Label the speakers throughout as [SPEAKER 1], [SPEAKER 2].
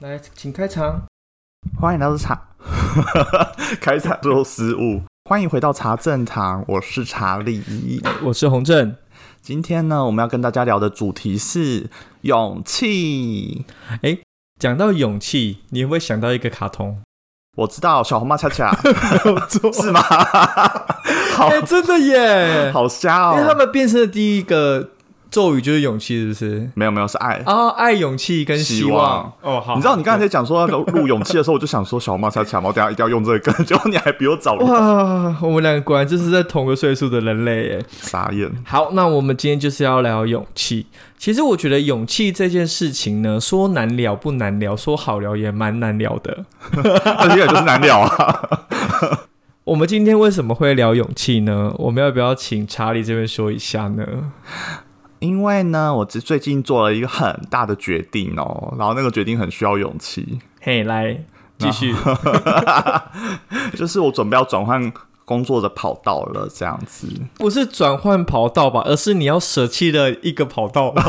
[SPEAKER 1] 来，请开场。
[SPEAKER 2] 欢迎来 到茶，开场做失误。欢迎回到茶正堂，我是查理。
[SPEAKER 1] 我是洪正，
[SPEAKER 2] 今天呢，我们要跟大家聊的主题是勇气。
[SPEAKER 1] 讲到勇气，你会不会想到一个卡通？
[SPEAKER 2] 我知道小红帽恰恰
[SPEAKER 1] 是
[SPEAKER 2] 是 吗？好
[SPEAKER 1] 哎、真的 耶！
[SPEAKER 2] 好瞎
[SPEAKER 1] 因为他
[SPEAKER 2] 哦。
[SPEAKER 1] 们变成的第一个咒语就是勇气，是不是？
[SPEAKER 2] 没有没有是爱。
[SPEAKER 1] 哦，爱、勇气跟希
[SPEAKER 2] 希望
[SPEAKER 1] 哦，好
[SPEAKER 2] 你知道你刚才在讲说那个录勇气的时候，我就想说小红帽恰恰嘛，我等一下一定要用这个， 结果你还比我早录，
[SPEAKER 1] 哇，我们两个果然就是在同个岁数的人类耶。
[SPEAKER 2] 傻眼。
[SPEAKER 1] 好，那我们今天就是要聊勇气。其实我觉得勇气这件事情呢，说难聊不难聊，说好聊也蛮难聊的。
[SPEAKER 2] 那听起来就是难聊啊。
[SPEAKER 1] 我们今天为什么会聊勇气呢？我们要不要请查理这边说一下呢？
[SPEAKER 2] 因为呢，我最最近做了一个很大的决定哦，然后那个决定很需要勇气，
[SPEAKER 1] 嘿、来 继续。
[SPEAKER 2] 就是我准备要转换工作的跑道了，这样子。
[SPEAKER 1] 不是转换跑道吧，而是你要舍弃了一个跑道 吧。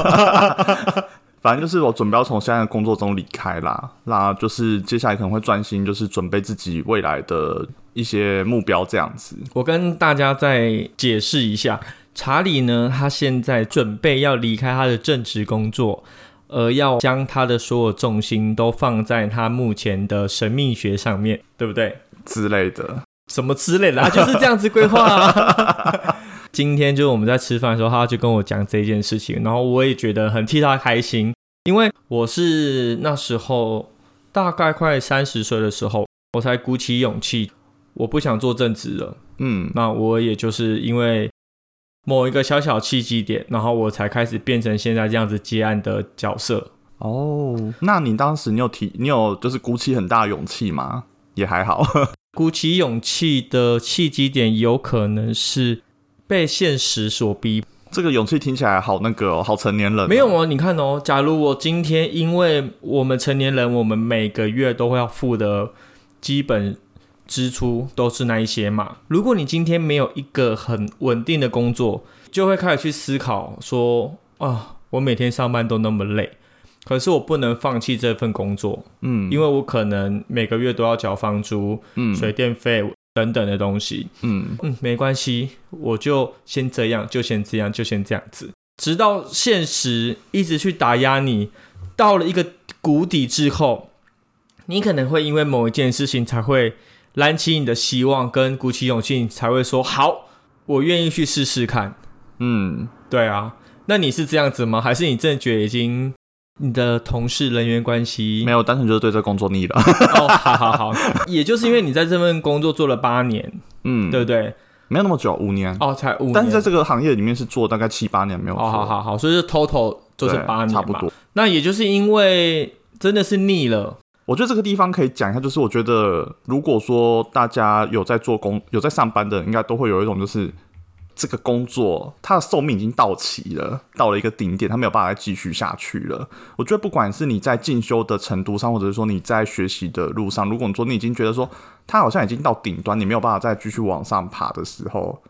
[SPEAKER 2] 反正就是我准备要从现在的工作中离开啦，那就是接下来可能会专心，就是准备自己未来的一些目标这样子。
[SPEAKER 1] 我跟大家再解释一下，查理呢，他现在准备要离开他的正职工作，而要将他的所有重心都放在他目前的神秘学上面，对不对？
[SPEAKER 2] 之类的，
[SPEAKER 1] 什么之类的，啊，就是这样子规划、啊。 今天就是我们在吃饭的时候，他就跟我讲这件事情，然后我也觉得很替他开心，因为我是那时候大概快三十岁的时候，我才鼓起勇气，我不想做正职了。
[SPEAKER 2] 嗯，
[SPEAKER 1] 那我也就是因为某一个小小契机点，然后我才开始变成现在这样子接案的角色。
[SPEAKER 2] 哦，那你当时你有提，你有就是鼓起很大的勇气吗？也还好，
[SPEAKER 1] 鼓起勇气的契机点，有可能是被现实所逼
[SPEAKER 2] 这个勇气听起来好那个、哦，好成年人、
[SPEAKER 1] 没有，哦，你看哦，假如我今天，因为我们成年人，我们每个月都会要付的基本支出都是那一些嘛。如果你今天没有一个很稳定的工作，就会开始去思考说啊，我每天上班都那么累，可是我不能放弃这份工作，
[SPEAKER 2] 嗯，
[SPEAKER 1] 因
[SPEAKER 2] 为
[SPEAKER 1] 为我可能每个月都要缴房租、
[SPEAKER 2] 嗯
[SPEAKER 1] 水电费等等的东西。
[SPEAKER 2] 嗯
[SPEAKER 1] 嗯，没关系，我就先这样，就先这样，就先这样子，直到现实一直去打压你，到了一个谷底之后，你可能会因为某一件事情才会燃起你的希望，跟鼓起勇气，你才会说好，我愿意去试试看。
[SPEAKER 2] 嗯，
[SPEAKER 1] 对啊，那你是这样子吗？还是你真的觉得已经你的同事人员关系
[SPEAKER 2] 没有，单纯就是对这工作腻了，
[SPEAKER 1] 哦，好好好，也就是因为你在这份工作做了八年，
[SPEAKER 2] 嗯，
[SPEAKER 1] 对不，对？
[SPEAKER 2] 没有那么久，五年，
[SPEAKER 1] 哦，才五年，
[SPEAKER 2] 但是在这个行业里面是做大概七八年没有错，
[SPEAKER 1] 哦，好好好，所以是 total 就是
[SPEAKER 2] 对
[SPEAKER 1] 八年嘛
[SPEAKER 2] 差不多。。
[SPEAKER 1] 那也就是因为真的是腻了，
[SPEAKER 2] 我觉得这个地方可以讲一下，就是我觉得如果说大家有在做工、有在上班的人，应该都会有一种就是这个工作它的寿命已经到期了，到了一个顶点，它没有办法再继续下去了。我觉得不管是你在进修的程度上，或者是说你在学习的路上，如果你说你已经觉得说它好像已经到顶端，你没有办法再继续往上爬的时候，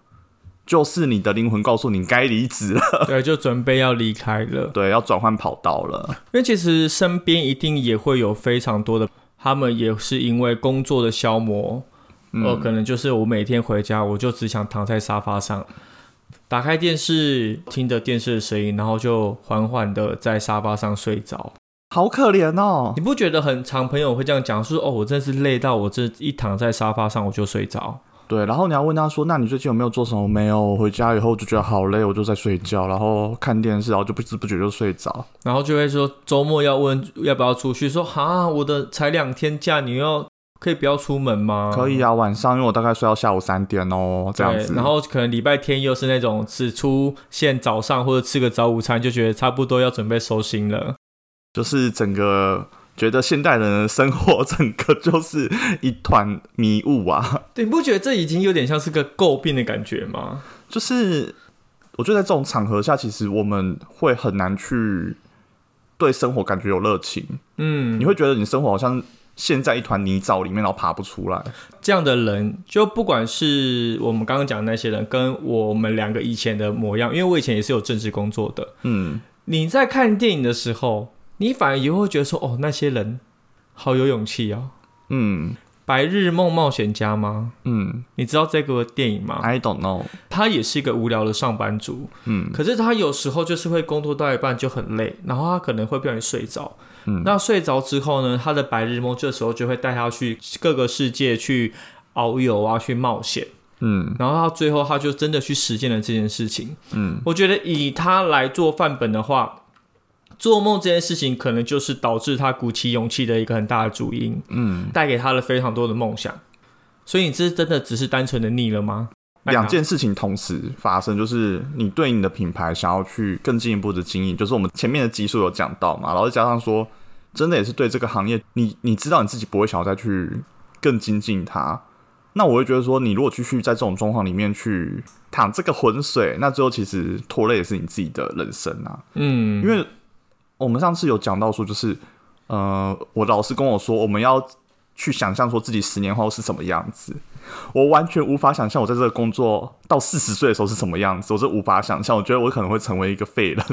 [SPEAKER 2] 就是你的灵魂告诉你该离职了，
[SPEAKER 1] 对，就准备要离开了。
[SPEAKER 2] 对，要转换跑道了。
[SPEAKER 1] 因为其实身边一定也会有非常多的，他们也是因为工作的消磨，
[SPEAKER 2] 嗯
[SPEAKER 1] 呃，可能就是我每天回家，我就只想躺在沙发上，打开电视，听着电视的声音，然后就缓缓的在沙发上睡着。
[SPEAKER 2] 好可怜哦
[SPEAKER 1] 你，不觉得很常朋友会这样讲，说哦，我真是累到我这一躺在沙发上我就睡着。
[SPEAKER 2] 对，然后你要问他说：“那你最近有没有做什么？”没有，我回家以后就觉得好累，我就在睡觉，然后看电视，然后就不知不觉就睡着。
[SPEAKER 1] 然后就会说周末要问要不要出去，说哈，我的才两天假，你要可以不要出门吗？
[SPEAKER 2] 可以啊，晚上因为我大概睡到下午三点哦，
[SPEAKER 1] 嗯
[SPEAKER 2] 这
[SPEAKER 1] 对，
[SPEAKER 2] 样子。
[SPEAKER 1] 然后可能礼拜天又是那种只出现早上或者吃个早午餐，就觉得差不多要准备收心了。
[SPEAKER 2] 就是整个觉得现代人的生活， 整个就是一团迷雾啊。
[SPEAKER 1] 对，你不觉得这已经有点像是个诟病的感觉吗？
[SPEAKER 2] 就是我觉得在这种场合下，其实我们会很难去对生活感觉有热情。
[SPEAKER 1] 嗯，
[SPEAKER 2] 你会觉得你生活好像陷在一团泥沼里面，然后爬不出来。
[SPEAKER 1] 这样的人，就不管是我们刚刚讲的那些人，跟我们两个以前的模样，因为我以前也是有正式工作的，
[SPEAKER 2] 嗯，
[SPEAKER 1] 你在看电影的时候，你反而也会觉得说，哦，那些人好有勇气哦！
[SPEAKER 2] 嗯
[SPEAKER 1] 白日梦冒险家吗？
[SPEAKER 2] 嗯
[SPEAKER 1] 你知道这个电影吗？
[SPEAKER 2] Hmm. ，I don't know，
[SPEAKER 1] 他也是一个无聊的上班族，
[SPEAKER 2] 嗯
[SPEAKER 1] 可是他有时候就是会工作到一半就很累，然后他可能会不小心睡着。
[SPEAKER 2] 嗯
[SPEAKER 1] 那睡着之后呢，他的白日梦这时候就会带他去各个世界去遨游啊，去冒险。
[SPEAKER 2] 嗯
[SPEAKER 1] 然后他最后他就真的去实践了这件事情。
[SPEAKER 2] 嗯
[SPEAKER 1] 我觉得以他来做范本的话，做梦这件事情可能就是导致他鼓起勇气的一个很大的主因，
[SPEAKER 2] 嗯，
[SPEAKER 1] 带给他了非常多的梦想。所以你这真的只是单纯的腻了吗？
[SPEAKER 2] 两件事情同时发生，就是你对你的品牌想要去更进一步的经营，就是我们前面的集数有讲到嘛，然后再加上说，真的也是对这个行业，你你知道你自己不会想要再去更精进它，那我会觉得说，你如果继续在这种状况里面去淌这个浑水，那最后其实拖累也是你自己的人生啊，
[SPEAKER 1] 嗯，
[SPEAKER 2] 因为我们上次有讲到说，就是呃，我老师跟我说，我们要去想象说自己十年后是什么样子。我完全无法想象我在这个工作到四十岁的时候是什么样子，我是无法想象。我觉得我可能会成为一个废人，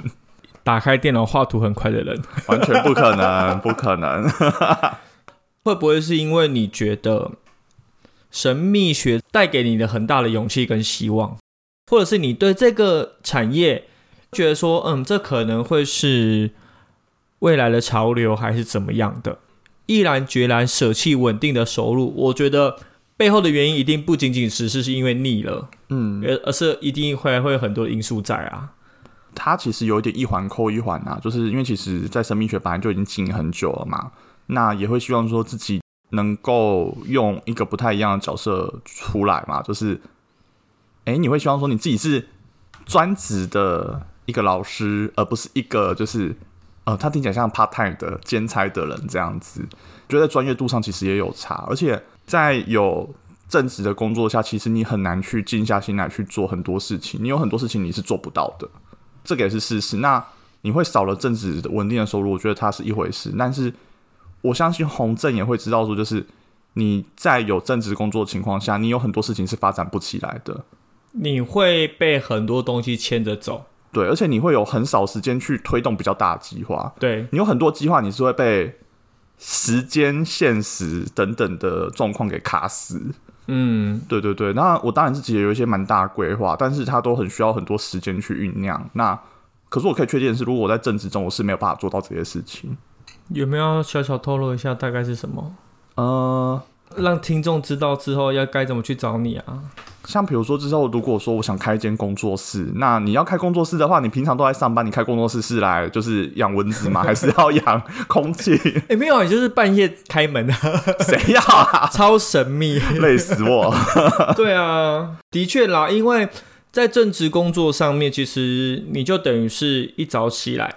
[SPEAKER 1] 打开电脑画图很快的人，
[SPEAKER 2] 完全不可能，不可能。
[SPEAKER 1] 会不会是因为你觉得神秘学带给你的很大的勇气跟希望，或者是你对这个产业觉得说，嗯，这可能会是未来的潮流，还是怎么样的？毅然决然舍弃稳定的收入，我觉得背后的原因一定不仅仅只是是因为腻了，
[SPEAKER 2] 嗯，
[SPEAKER 1] 而而是一定会会有很多因素在啊。
[SPEAKER 2] 它其实有一点一环扣一环啊，就是因为其实，在生命学本来就已经经营很久了嘛，那也会希望说自己能够用一个不太一样的角色出来嘛，就是，哎、你会希望说你自己是专职的一个老师，而不是一个就是，呃，他听起来像 part time 的兼差的人这样子，觉得在专业度上其实也有差，而且在有正职的工作下，其实你很难去静下心来去做很多事情，你有很多事情你是做不到的。这个也是事实。那你会少了正职稳定的收入，我觉得它是一回事。但是我相信洪正也会知道说，就是你在有正职工作的情况下，你有很多事情是发展不起来的。
[SPEAKER 1] 你会被很多东西牵着走，
[SPEAKER 2] 对，而且你会有很少时间去推动比较大的计划。
[SPEAKER 1] 对，
[SPEAKER 2] 你有很多计划，你是会被时间、现实等等的状况给卡死。
[SPEAKER 1] 嗯。
[SPEAKER 2] 对对对，那我当然自己也有一些蛮大的规划，但是它都很需要很多时间去酝酿。那可是我可以确定的是，如果我在正职中，我是没有办法做到这些事情。
[SPEAKER 1] 有没有要小小透露一下大概是什么，
[SPEAKER 2] 呃，
[SPEAKER 1] 让听众知道之后要该怎么去找你啊？
[SPEAKER 2] 像比如说之后，如果说我想开一间工作室，那你要开工作室的话，你平常都在上班，你开工作室是来就是养蚊子吗？还是要养空气？
[SPEAKER 1] 哎、没有啊，你就是半夜开门啊，
[SPEAKER 2] 谁要啊？
[SPEAKER 1] 超神秘。
[SPEAKER 2] 累死我！
[SPEAKER 1] 对啊，的确啦，因为在正职工作上面，其实你就等于是一早起来。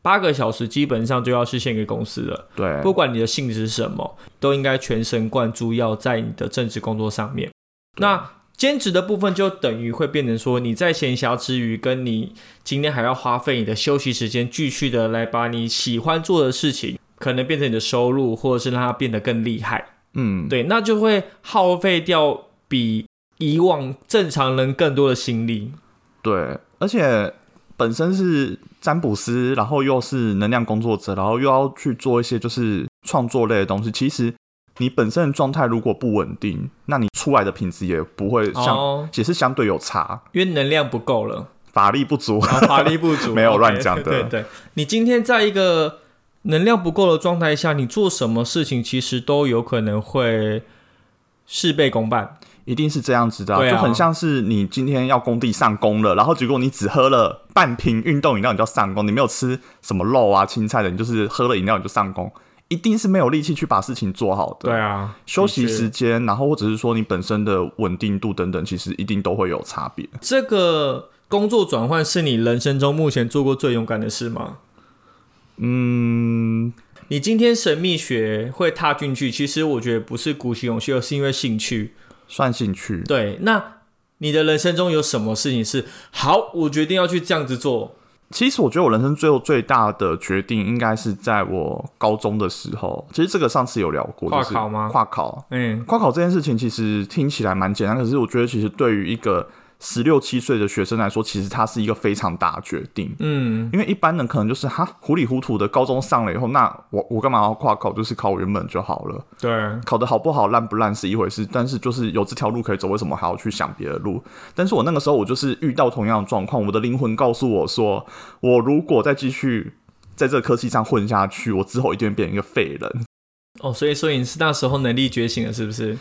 [SPEAKER 1] 八个小时基本上就要是献给公司了，
[SPEAKER 2] 对，
[SPEAKER 1] 不管你的性质是什么，都应该全神贯注要在你的正职工作上面。那兼职的部分就等于会变成说，你在闲暇之余，跟你今天还要花费你的休息时间，继续的来把你喜欢做的事情，可能变成你的收入，或者是让它变得更厉害。
[SPEAKER 2] 嗯，
[SPEAKER 1] 对，那就会耗费掉比以往正常人更多的心力。
[SPEAKER 2] 对，而且本身是占卜师，然后又是能量工作者，然后又要去做一些就是创作类的东西，其实。你本身的状态如果不稳定，那你出来的品质也不会像，
[SPEAKER 1] 哦，
[SPEAKER 2] 也是相对有差，
[SPEAKER 1] 因为能量不够了，
[SPEAKER 2] 法力不足。
[SPEAKER 1] 然后法力不足，
[SPEAKER 2] 没有
[SPEAKER 1] OK，
[SPEAKER 2] 乱讲的
[SPEAKER 1] 对对对，你今天在一个能量不够的状态下，你做什么事情其实都有可能会事倍功半。
[SPEAKER 2] 一定是这样子的啊、
[SPEAKER 1] 对啊
[SPEAKER 2] 就很像是你今天要工地上工了，然后结果你只喝了半瓶运动饮料，你就要上工，你没有吃什么肉啊、青菜的，你就是喝了饮料你就上工，一定是没有力气去把事情做好的。
[SPEAKER 1] 对啊，
[SPEAKER 2] 休息
[SPEAKER 1] 的确
[SPEAKER 2] 时间，然后或者是说你本身的稳定度等等，其实一定都会有差别。
[SPEAKER 1] 这个工作转换是你人生中目前做过最勇敢的事吗？
[SPEAKER 2] 嗯，
[SPEAKER 1] 你今天神秘学会踏进去，其实我觉得不是鼓起勇气，而是因为兴趣。
[SPEAKER 2] 算兴趣。
[SPEAKER 1] 对，那你的人生中有什么事情是好？我决定要去这样子做。
[SPEAKER 2] 其实我觉得我人生最后最大的决定，应该是在我高中的时候。其实这个上次有聊过，
[SPEAKER 1] 跨
[SPEAKER 2] 就是
[SPEAKER 1] 考吗
[SPEAKER 2] 跨考，
[SPEAKER 1] 嗯
[SPEAKER 2] 跨考这件事情其实听起来蛮简单，可是我觉得其实对于一个十六七岁的学生来说，其实它是一个非常大的决定。
[SPEAKER 1] 嗯，
[SPEAKER 2] 因为一般人可能就是哈糊里糊涂的，高中上了以后，那我我干嘛要跨考？就是考我原本就好了。
[SPEAKER 1] 对，
[SPEAKER 2] 考得好不好、烂不烂是一回事，但是就是有这条路可以走，为什么还要去想别的路？但是我那个时候我就是遇到同样的状况，我的灵魂告诉我说，我如果再继续在这个科技上混下去，我之后一定会变成一个废人。
[SPEAKER 1] 哦，所以说你是那时候能力觉醒了，是不是？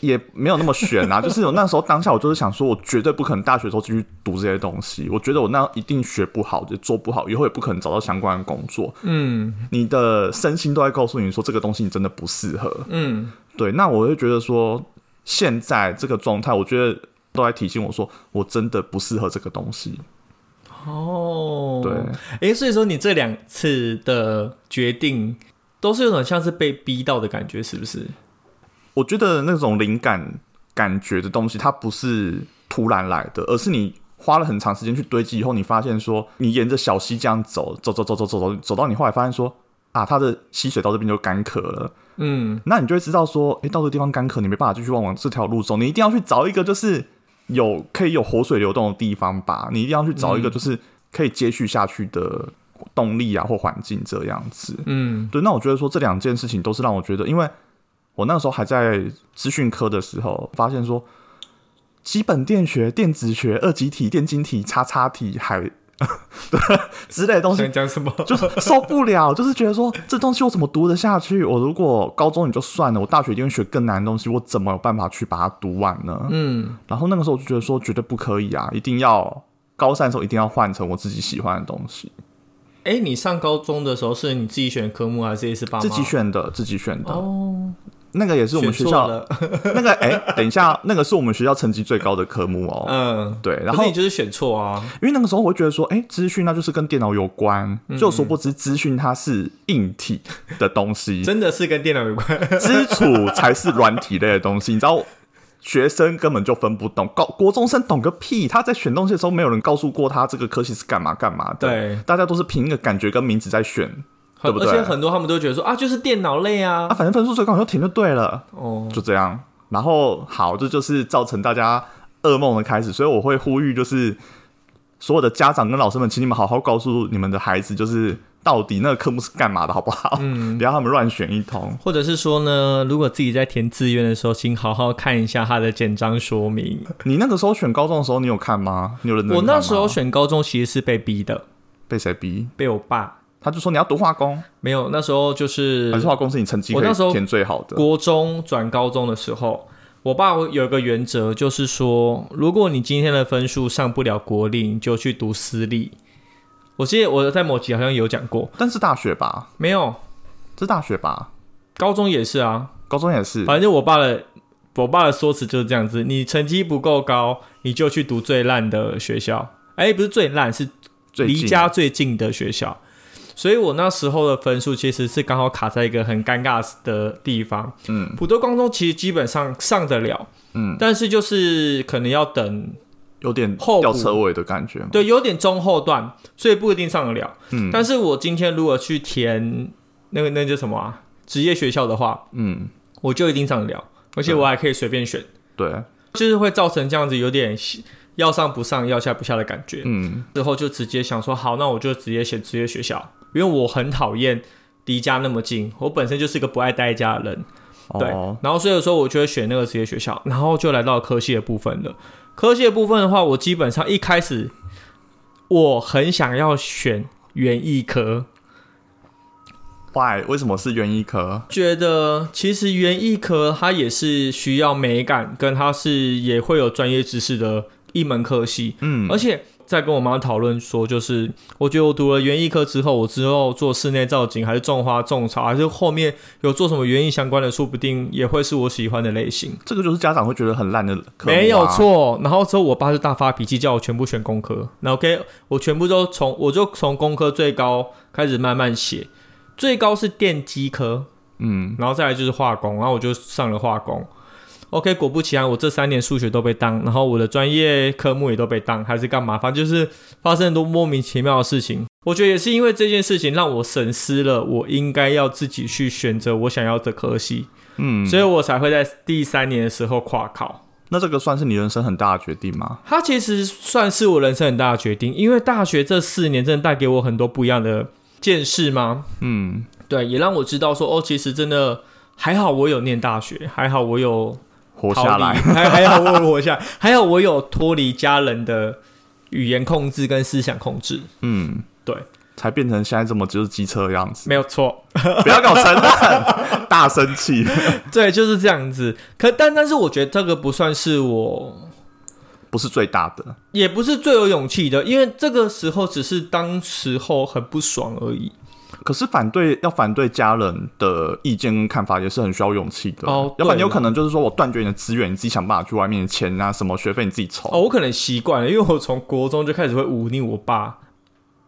[SPEAKER 2] 也没有那么悬啊，就是我那时候当下我就是想说，我绝对不可能大学的时候继续读这些东西，我觉得我那一定学不好，也做不好，以后也不可能找到相关的工作。
[SPEAKER 1] 嗯
[SPEAKER 2] 你的身心都在告诉你说，这个东西你真的不适合。
[SPEAKER 1] 嗯，
[SPEAKER 2] 对，那我会觉得说，现在这个状态，我觉得都在提醒我说，我真的不适合这个东西。
[SPEAKER 1] 哦，
[SPEAKER 2] 对，
[SPEAKER 1] 哎、所以说你这两次的决定都是有点像是被逼到的感觉，是不是？
[SPEAKER 2] 我觉得那种灵感感觉的东西，它不是突然来的，而是你花了很长时间去堆积以后，你发现说，你沿着小溪这样走，走走走走走走，走到你后来发现说。啊，它的溪水到这边就干渴了，
[SPEAKER 1] 嗯，
[SPEAKER 2] 那你就会知道说，诶、到这个地方干渴，你没办法继续往往这条路走，你一定要去找一个就是有可以有活水流动的地方吧，你一定要去找一个就是可以接续下去的动力啊或环境这样子。
[SPEAKER 1] 嗯，
[SPEAKER 2] 对，那我觉得说这两件事情都是让我觉得，因为我那时候还在资讯科的时候，发现说基本电学、电子学、二极体、电晶体、叉叉体、海 之类的东西
[SPEAKER 1] 想讲什么？
[SPEAKER 2] 就是受不了，就是觉得说这东西我怎么读得下去？我如果高中也就算了，我大学一定会学更难的东西，我怎么有办法去把它读完呢？
[SPEAKER 1] 嗯，
[SPEAKER 2] 然后那个时候我就觉得说绝对不可以啊，一定要高三的时候一定要换成我自己喜欢的东西，
[SPEAKER 1] 哎、你上高中的时候是你自己选的科目，还是也是爸妈
[SPEAKER 2] 自己？选的，自己选的。
[SPEAKER 1] 哦，
[SPEAKER 2] 那个也是我们学
[SPEAKER 1] 选错
[SPEAKER 2] 校
[SPEAKER 1] 了，
[SPEAKER 2] 那个哎、等一下，那个是我们学校成绩最高的科目哦。
[SPEAKER 1] 嗯，
[SPEAKER 2] 对，然
[SPEAKER 1] 可
[SPEAKER 2] 后
[SPEAKER 1] 是你就是选错啊，
[SPEAKER 2] 因为那个时候我会觉得说，哎、资讯那就是跟电脑有关，
[SPEAKER 1] 嗯
[SPEAKER 2] 就殊不知资讯它是硬体的东西，
[SPEAKER 1] 真的是跟电脑有关。
[SPEAKER 2] 基础才是软体类的东西，你知道，学生根本就分不懂，高国中生懂个屁！他在选东西的时候，没有人告诉过他这个科系是干嘛干嘛的，
[SPEAKER 1] 对，
[SPEAKER 2] 大家都是凭一个感觉跟名字在选
[SPEAKER 1] 很
[SPEAKER 2] 对不对
[SPEAKER 1] 而且很多他们都觉得说啊，就是电脑类啊
[SPEAKER 2] 啊，，反正分数最高就填就对了，
[SPEAKER 1] 哦，
[SPEAKER 2] 就这样。然后好，这就是造成大家噩梦的开始，所以我会呼吁，就是所有的家长跟老师们，请你们好好告诉你们的孩子，就是到底那个科目是干嘛的，好不好？ 嗯，不要让他们乱选一通。
[SPEAKER 1] 或者是说呢，如果自己在填志愿的时候，请好好看一下它的简章说明。
[SPEAKER 2] 你那个时候选高中的时候，你有看吗？你有认真
[SPEAKER 1] 我
[SPEAKER 2] 看
[SPEAKER 1] 那
[SPEAKER 2] 吗
[SPEAKER 1] 时候选高中其实是被逼的，
[SPEAKER 2] 被谁逼？
[SPEAKER 1] 被我爸
[SPEAKER 2] 他就说你要读化工，
[SPEAKER 1] 没有。那时候就是
[SPEAKER 2] 还是化工是你成绩可
[SPEAKER 1] 呃我那时候
[SPEAKER 2] 以填最好的？
[SPEAKER 1] 国中转高中的时候，我爸有一个原则，就是说，如果你今天的分数上不了国立，你就去读私立。我记得我在某集好像有讲过，
[SPEAKER 2] 但是大学吧，
[SPEAKER 1] 没有，
[SPEAKER 2] 这是大学吧，
[SPEAKER 1] 高中也是啊，
[SPEAKER 2] 高中也是。
[SPEAKER 1] 反正我爸的我爸的说辞就是这样子：你成绩不够高，你就去读最烂的学校。哎，不是最烂，是
[SPEAKER 2] 最
[SPEAKER 1] 离
[SPEAKER 2] 近
[SPEAKER 1] 家最近的学校。所以我那时候的分数其实是刚好卡在一个很尴尬的地方。
[SPEAKER 2] 嗯，
[SPEAKER 1] 普通高中其实基本上上得了，
[SPEAKER 2] 嗯，
[SPEAKER 1] 但是就是可能要等，
[SPEAKER 2] 有点
[SPEAKER 1] 后补
[SPEAKER 2] 吊车尾的感觉嘛。
[SPEAKER 1] 对，有点中后段，所以不一定上得了。
[SPEAKER 2] 嗯
[SPEAKER 1] 但是我今天如果去填那个那叫什么啊，职业学校的话，
[SPEAKER 2] 嗯，
[SPEAKER 1] 我就一定上得了，而且我还可以随便选。
[SPEAKER 2] 对，
[SPEAKER 1] 就是会造成这样子有点要上不上、要下不下的感觉。
[SPEAKER 2] 嗯，
[SPEAKER 1] 之后就直接想说，好，那我就直接选职业学校，因为我很讨厌离家那么近，我本身就是一个不爱待在家的人，对。
[SPEAKER 2] 哦，
[SPEAKER 1] 然后所以说，我就会选那个职业学校，然后就来到科系的部分了。科系的部分的话，我基本上一开始我很想要选园艺科，
[SPEAKER 2] 坏，为什么是园艺科？
[SPEAKER 1] 觉得其实园艺科它也是需要美感，跟它是也会有专业知识的一门科系。
[SPEAKER 2] 嗯
[SPEAKER 1] 而且在跟我妈讨论说，就是我觉得我读了园艺科之后，我之后做室内造景，还是种花种草，还是后面有做什么园艺相关的，说不定也会是我喜欢的类型。
[SPEAKER 2] 这个就是家长会觉得很烂的科目啊
[SPEAKER 1] 没有。错。然后之后我爸就大发脾气，叫我全部选工科。然后 OK，我全部都从我就从工科最高开始慢慢写，最高是电机科，
[SPEAKER 2] 嗯，
[SPEAKER 1] 然后再来就是化工，然后我就上了化工。OK，果不其然，我这三年数学都被当，然后我的专业科目也都被当，还是干嘛？反正就是发生很多莫名其妙的事情。我觉得也是因为这件事情让我省思了，我应该要自己去选择我想要的科系，
[SPEAKER 2] 嗯，
[SPEAKER 1] 所以我才会在第三年的时候跨考。
[SPEAKER 2] 那这个算是你人生很大的决定吗？
[SPEAKER 1] 它其实算是我人生很大的决定，因为大学这四年真的带给我很多不一样的见识嘛。
[SPEAKER 2] 嗯，
[SPEAKER 1] 对，也让我知道说，哦，其实真的还好，我有念大学，还好我有
[SPEAKER 2] 活
[SPEAKER 1] 逃
[SPEAKER 2] 下
[SPEAKER 1] 离，
[SPEAKER 2] 来，
[SPEAKER 1] 还还好我有活下来，还好我有脱离家人的语言控制跟思想控制，
[SPEAKER 2] 嗯，
[SPEAKER 1] 对，
[SPEAKER 2] 才变成现在这么就是机车的样 子。
[SPEAKER 1] 没有错。
[SPEAKER 2] 不要搞成烂，大生气。
[SPEAKER 1] 对，就是这样子。可但但是我觉得这个不算是我，
[SPEAKER 2] 不是最大的，
[SPEAKER 1] 也不是最有勇气的，因为这个时候只是当时候很不爽而已。
[SPEAKER 2] 可是反对要反对家人的意见跟看法也是很需要勇气的。
[SPEAKER 1] 哦
[SPEAKER 2] 要不
[SPEAKER 1] 对
[SPEAKER 2] 然你有可
[SPEAKER 1] 啦
[SPEAKER 2] 能就是说我断绝你的资源，你自己想办法去外面钱啊，什么学费你自己筹。
[SPEAKER 1] 哦，我可能习惯了，因为我从国中就开始会忤逆我爸。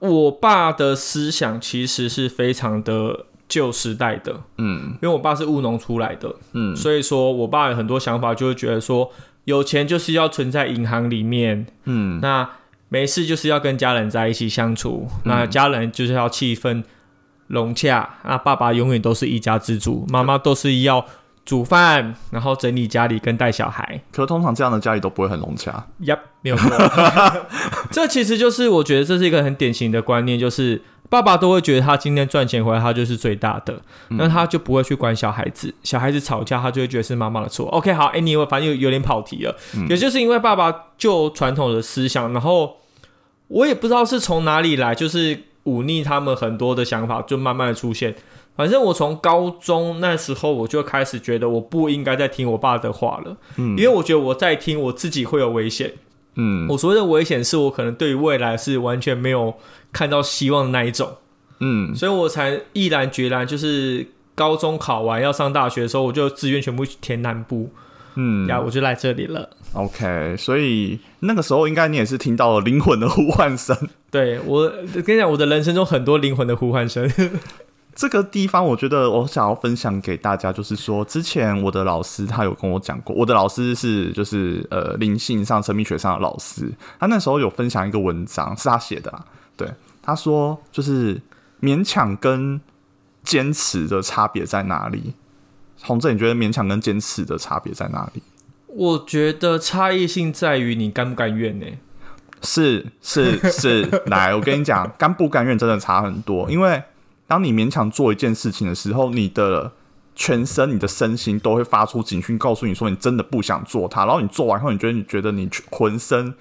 [SPEAKER 1] 我爸的思想其实是非常的旧时代的，
[SPEAKER 2] 嗯
[SPEAKER 1] 因为我爸是务农出来的，
[SPEAKER 2] 嗯
[SPEAKER 1] 所以说我爸有很多想法就会觉得说，有钱就是要存在银行里面，
[SPEAKER 2] 嗯
[SPEAKER 1] 那没事就是要跟家人在一起相处，那家人就是要气氛融洽。那爸爸永远都是一家之主，妈妈都是要煮饭，然后整理家里跟带小孩。
[SPEAKER 2] 可是通常这样的家里都不会很融洽。
[SPEAKER 1] 呀，没有错。这其实就是我觉得这是一个很典型的观念，就是爸爸都会觉得他今天赚钱回来，他就是最大的，那他就不会去管小孩子。小孩子吵架，他就会觉得是妈妈的错。OK，好，Anyway，反正有有点跑题了，也就是因为爸爸就传统的思想，然后我也不知道是从哪里来，就是忤逆他们很多的想法，就慢慢的出现。反正我从高中那时候我就开始觉得我不应该再听我爸的话了，
[SPEAKER 2] 嗯
[SPEAKER 1] 因为我觉得我在听我自己会有危险。
[SPEAKER 2] 嗯
[SPEAKER 1] 我所谓的危险，是我可能对于未来是完全没有看到希望的那一种，
[SPEAKER 2] 嗯，
[SPEAKER 1] 所以我才毅然决然，就是高中考完要上大学的时候，我就志愿全部填南部，
[SPEAKER 2] 嗯
[SPEAKER 1] 然后我就来这里了。
[SPEAKER 2] ，OK，所以那个时候应该你也是听到了灵魂的呼唤声。
[SPEAKER 1] 对我跟你讲，我的人生中很多灵魂的呼唤声，
[SPEAKER 2] 这个地方，我觉得我想要分享给大家，就是说，之前我的老师他有跟我讲过，我的老师是就是呃灵性上、生命学上的老师，他那时候有分享一个文章，是他写的、啊，对，他说就是勉强跟坚持的差别在哪里？洪正，你觉得勉强跟坚持的差别在哪里？
[SPEAKER 1] 我觉得差异性在于你甘不甘愿呢、
[SPEAKER 2] 是是是，来，我跟你讲，甘不甘愿真的差很多，因为当你勉强做一件事情的时候，你的全身、你的身心都会发出警讯，告诉你说你真的不想做它。然后你做完后，你觉得你觉得你浑身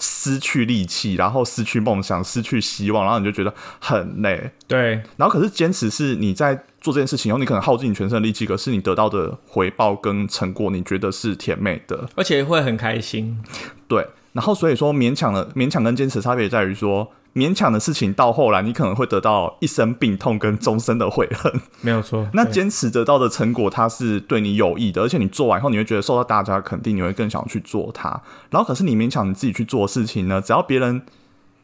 [SPEAKER 2] 失去力气，然后失去梦想、失去希望，然后你就觉得很累。
[SPEAKER 1] 对，
[SPEAKER 2] 然后可是坚持是你在做这件事情以后，你可能耗尽你全身的力气，可是你得到的回报跟成果，你觉得是甜美的。
[SPEAKER 1] 而且会很开心。
[SPEAKER 2] 对，然后所以说勉强的勉强跟坚持差别在于说，勉强的事情到后来你可能会得到一身病痛跟终身的悔恨，
[SPEAKER 1] 没有错，
[SPEAKER 2] 那
[SPEAKER 1] 对
[SPEAKER 2] 坚持得到的成果它是对你有益的，而且你做完后你会觉得受到大家的肯定，你会更想去做它。然后可是你勉强你自己去做的事情呢，只要别人。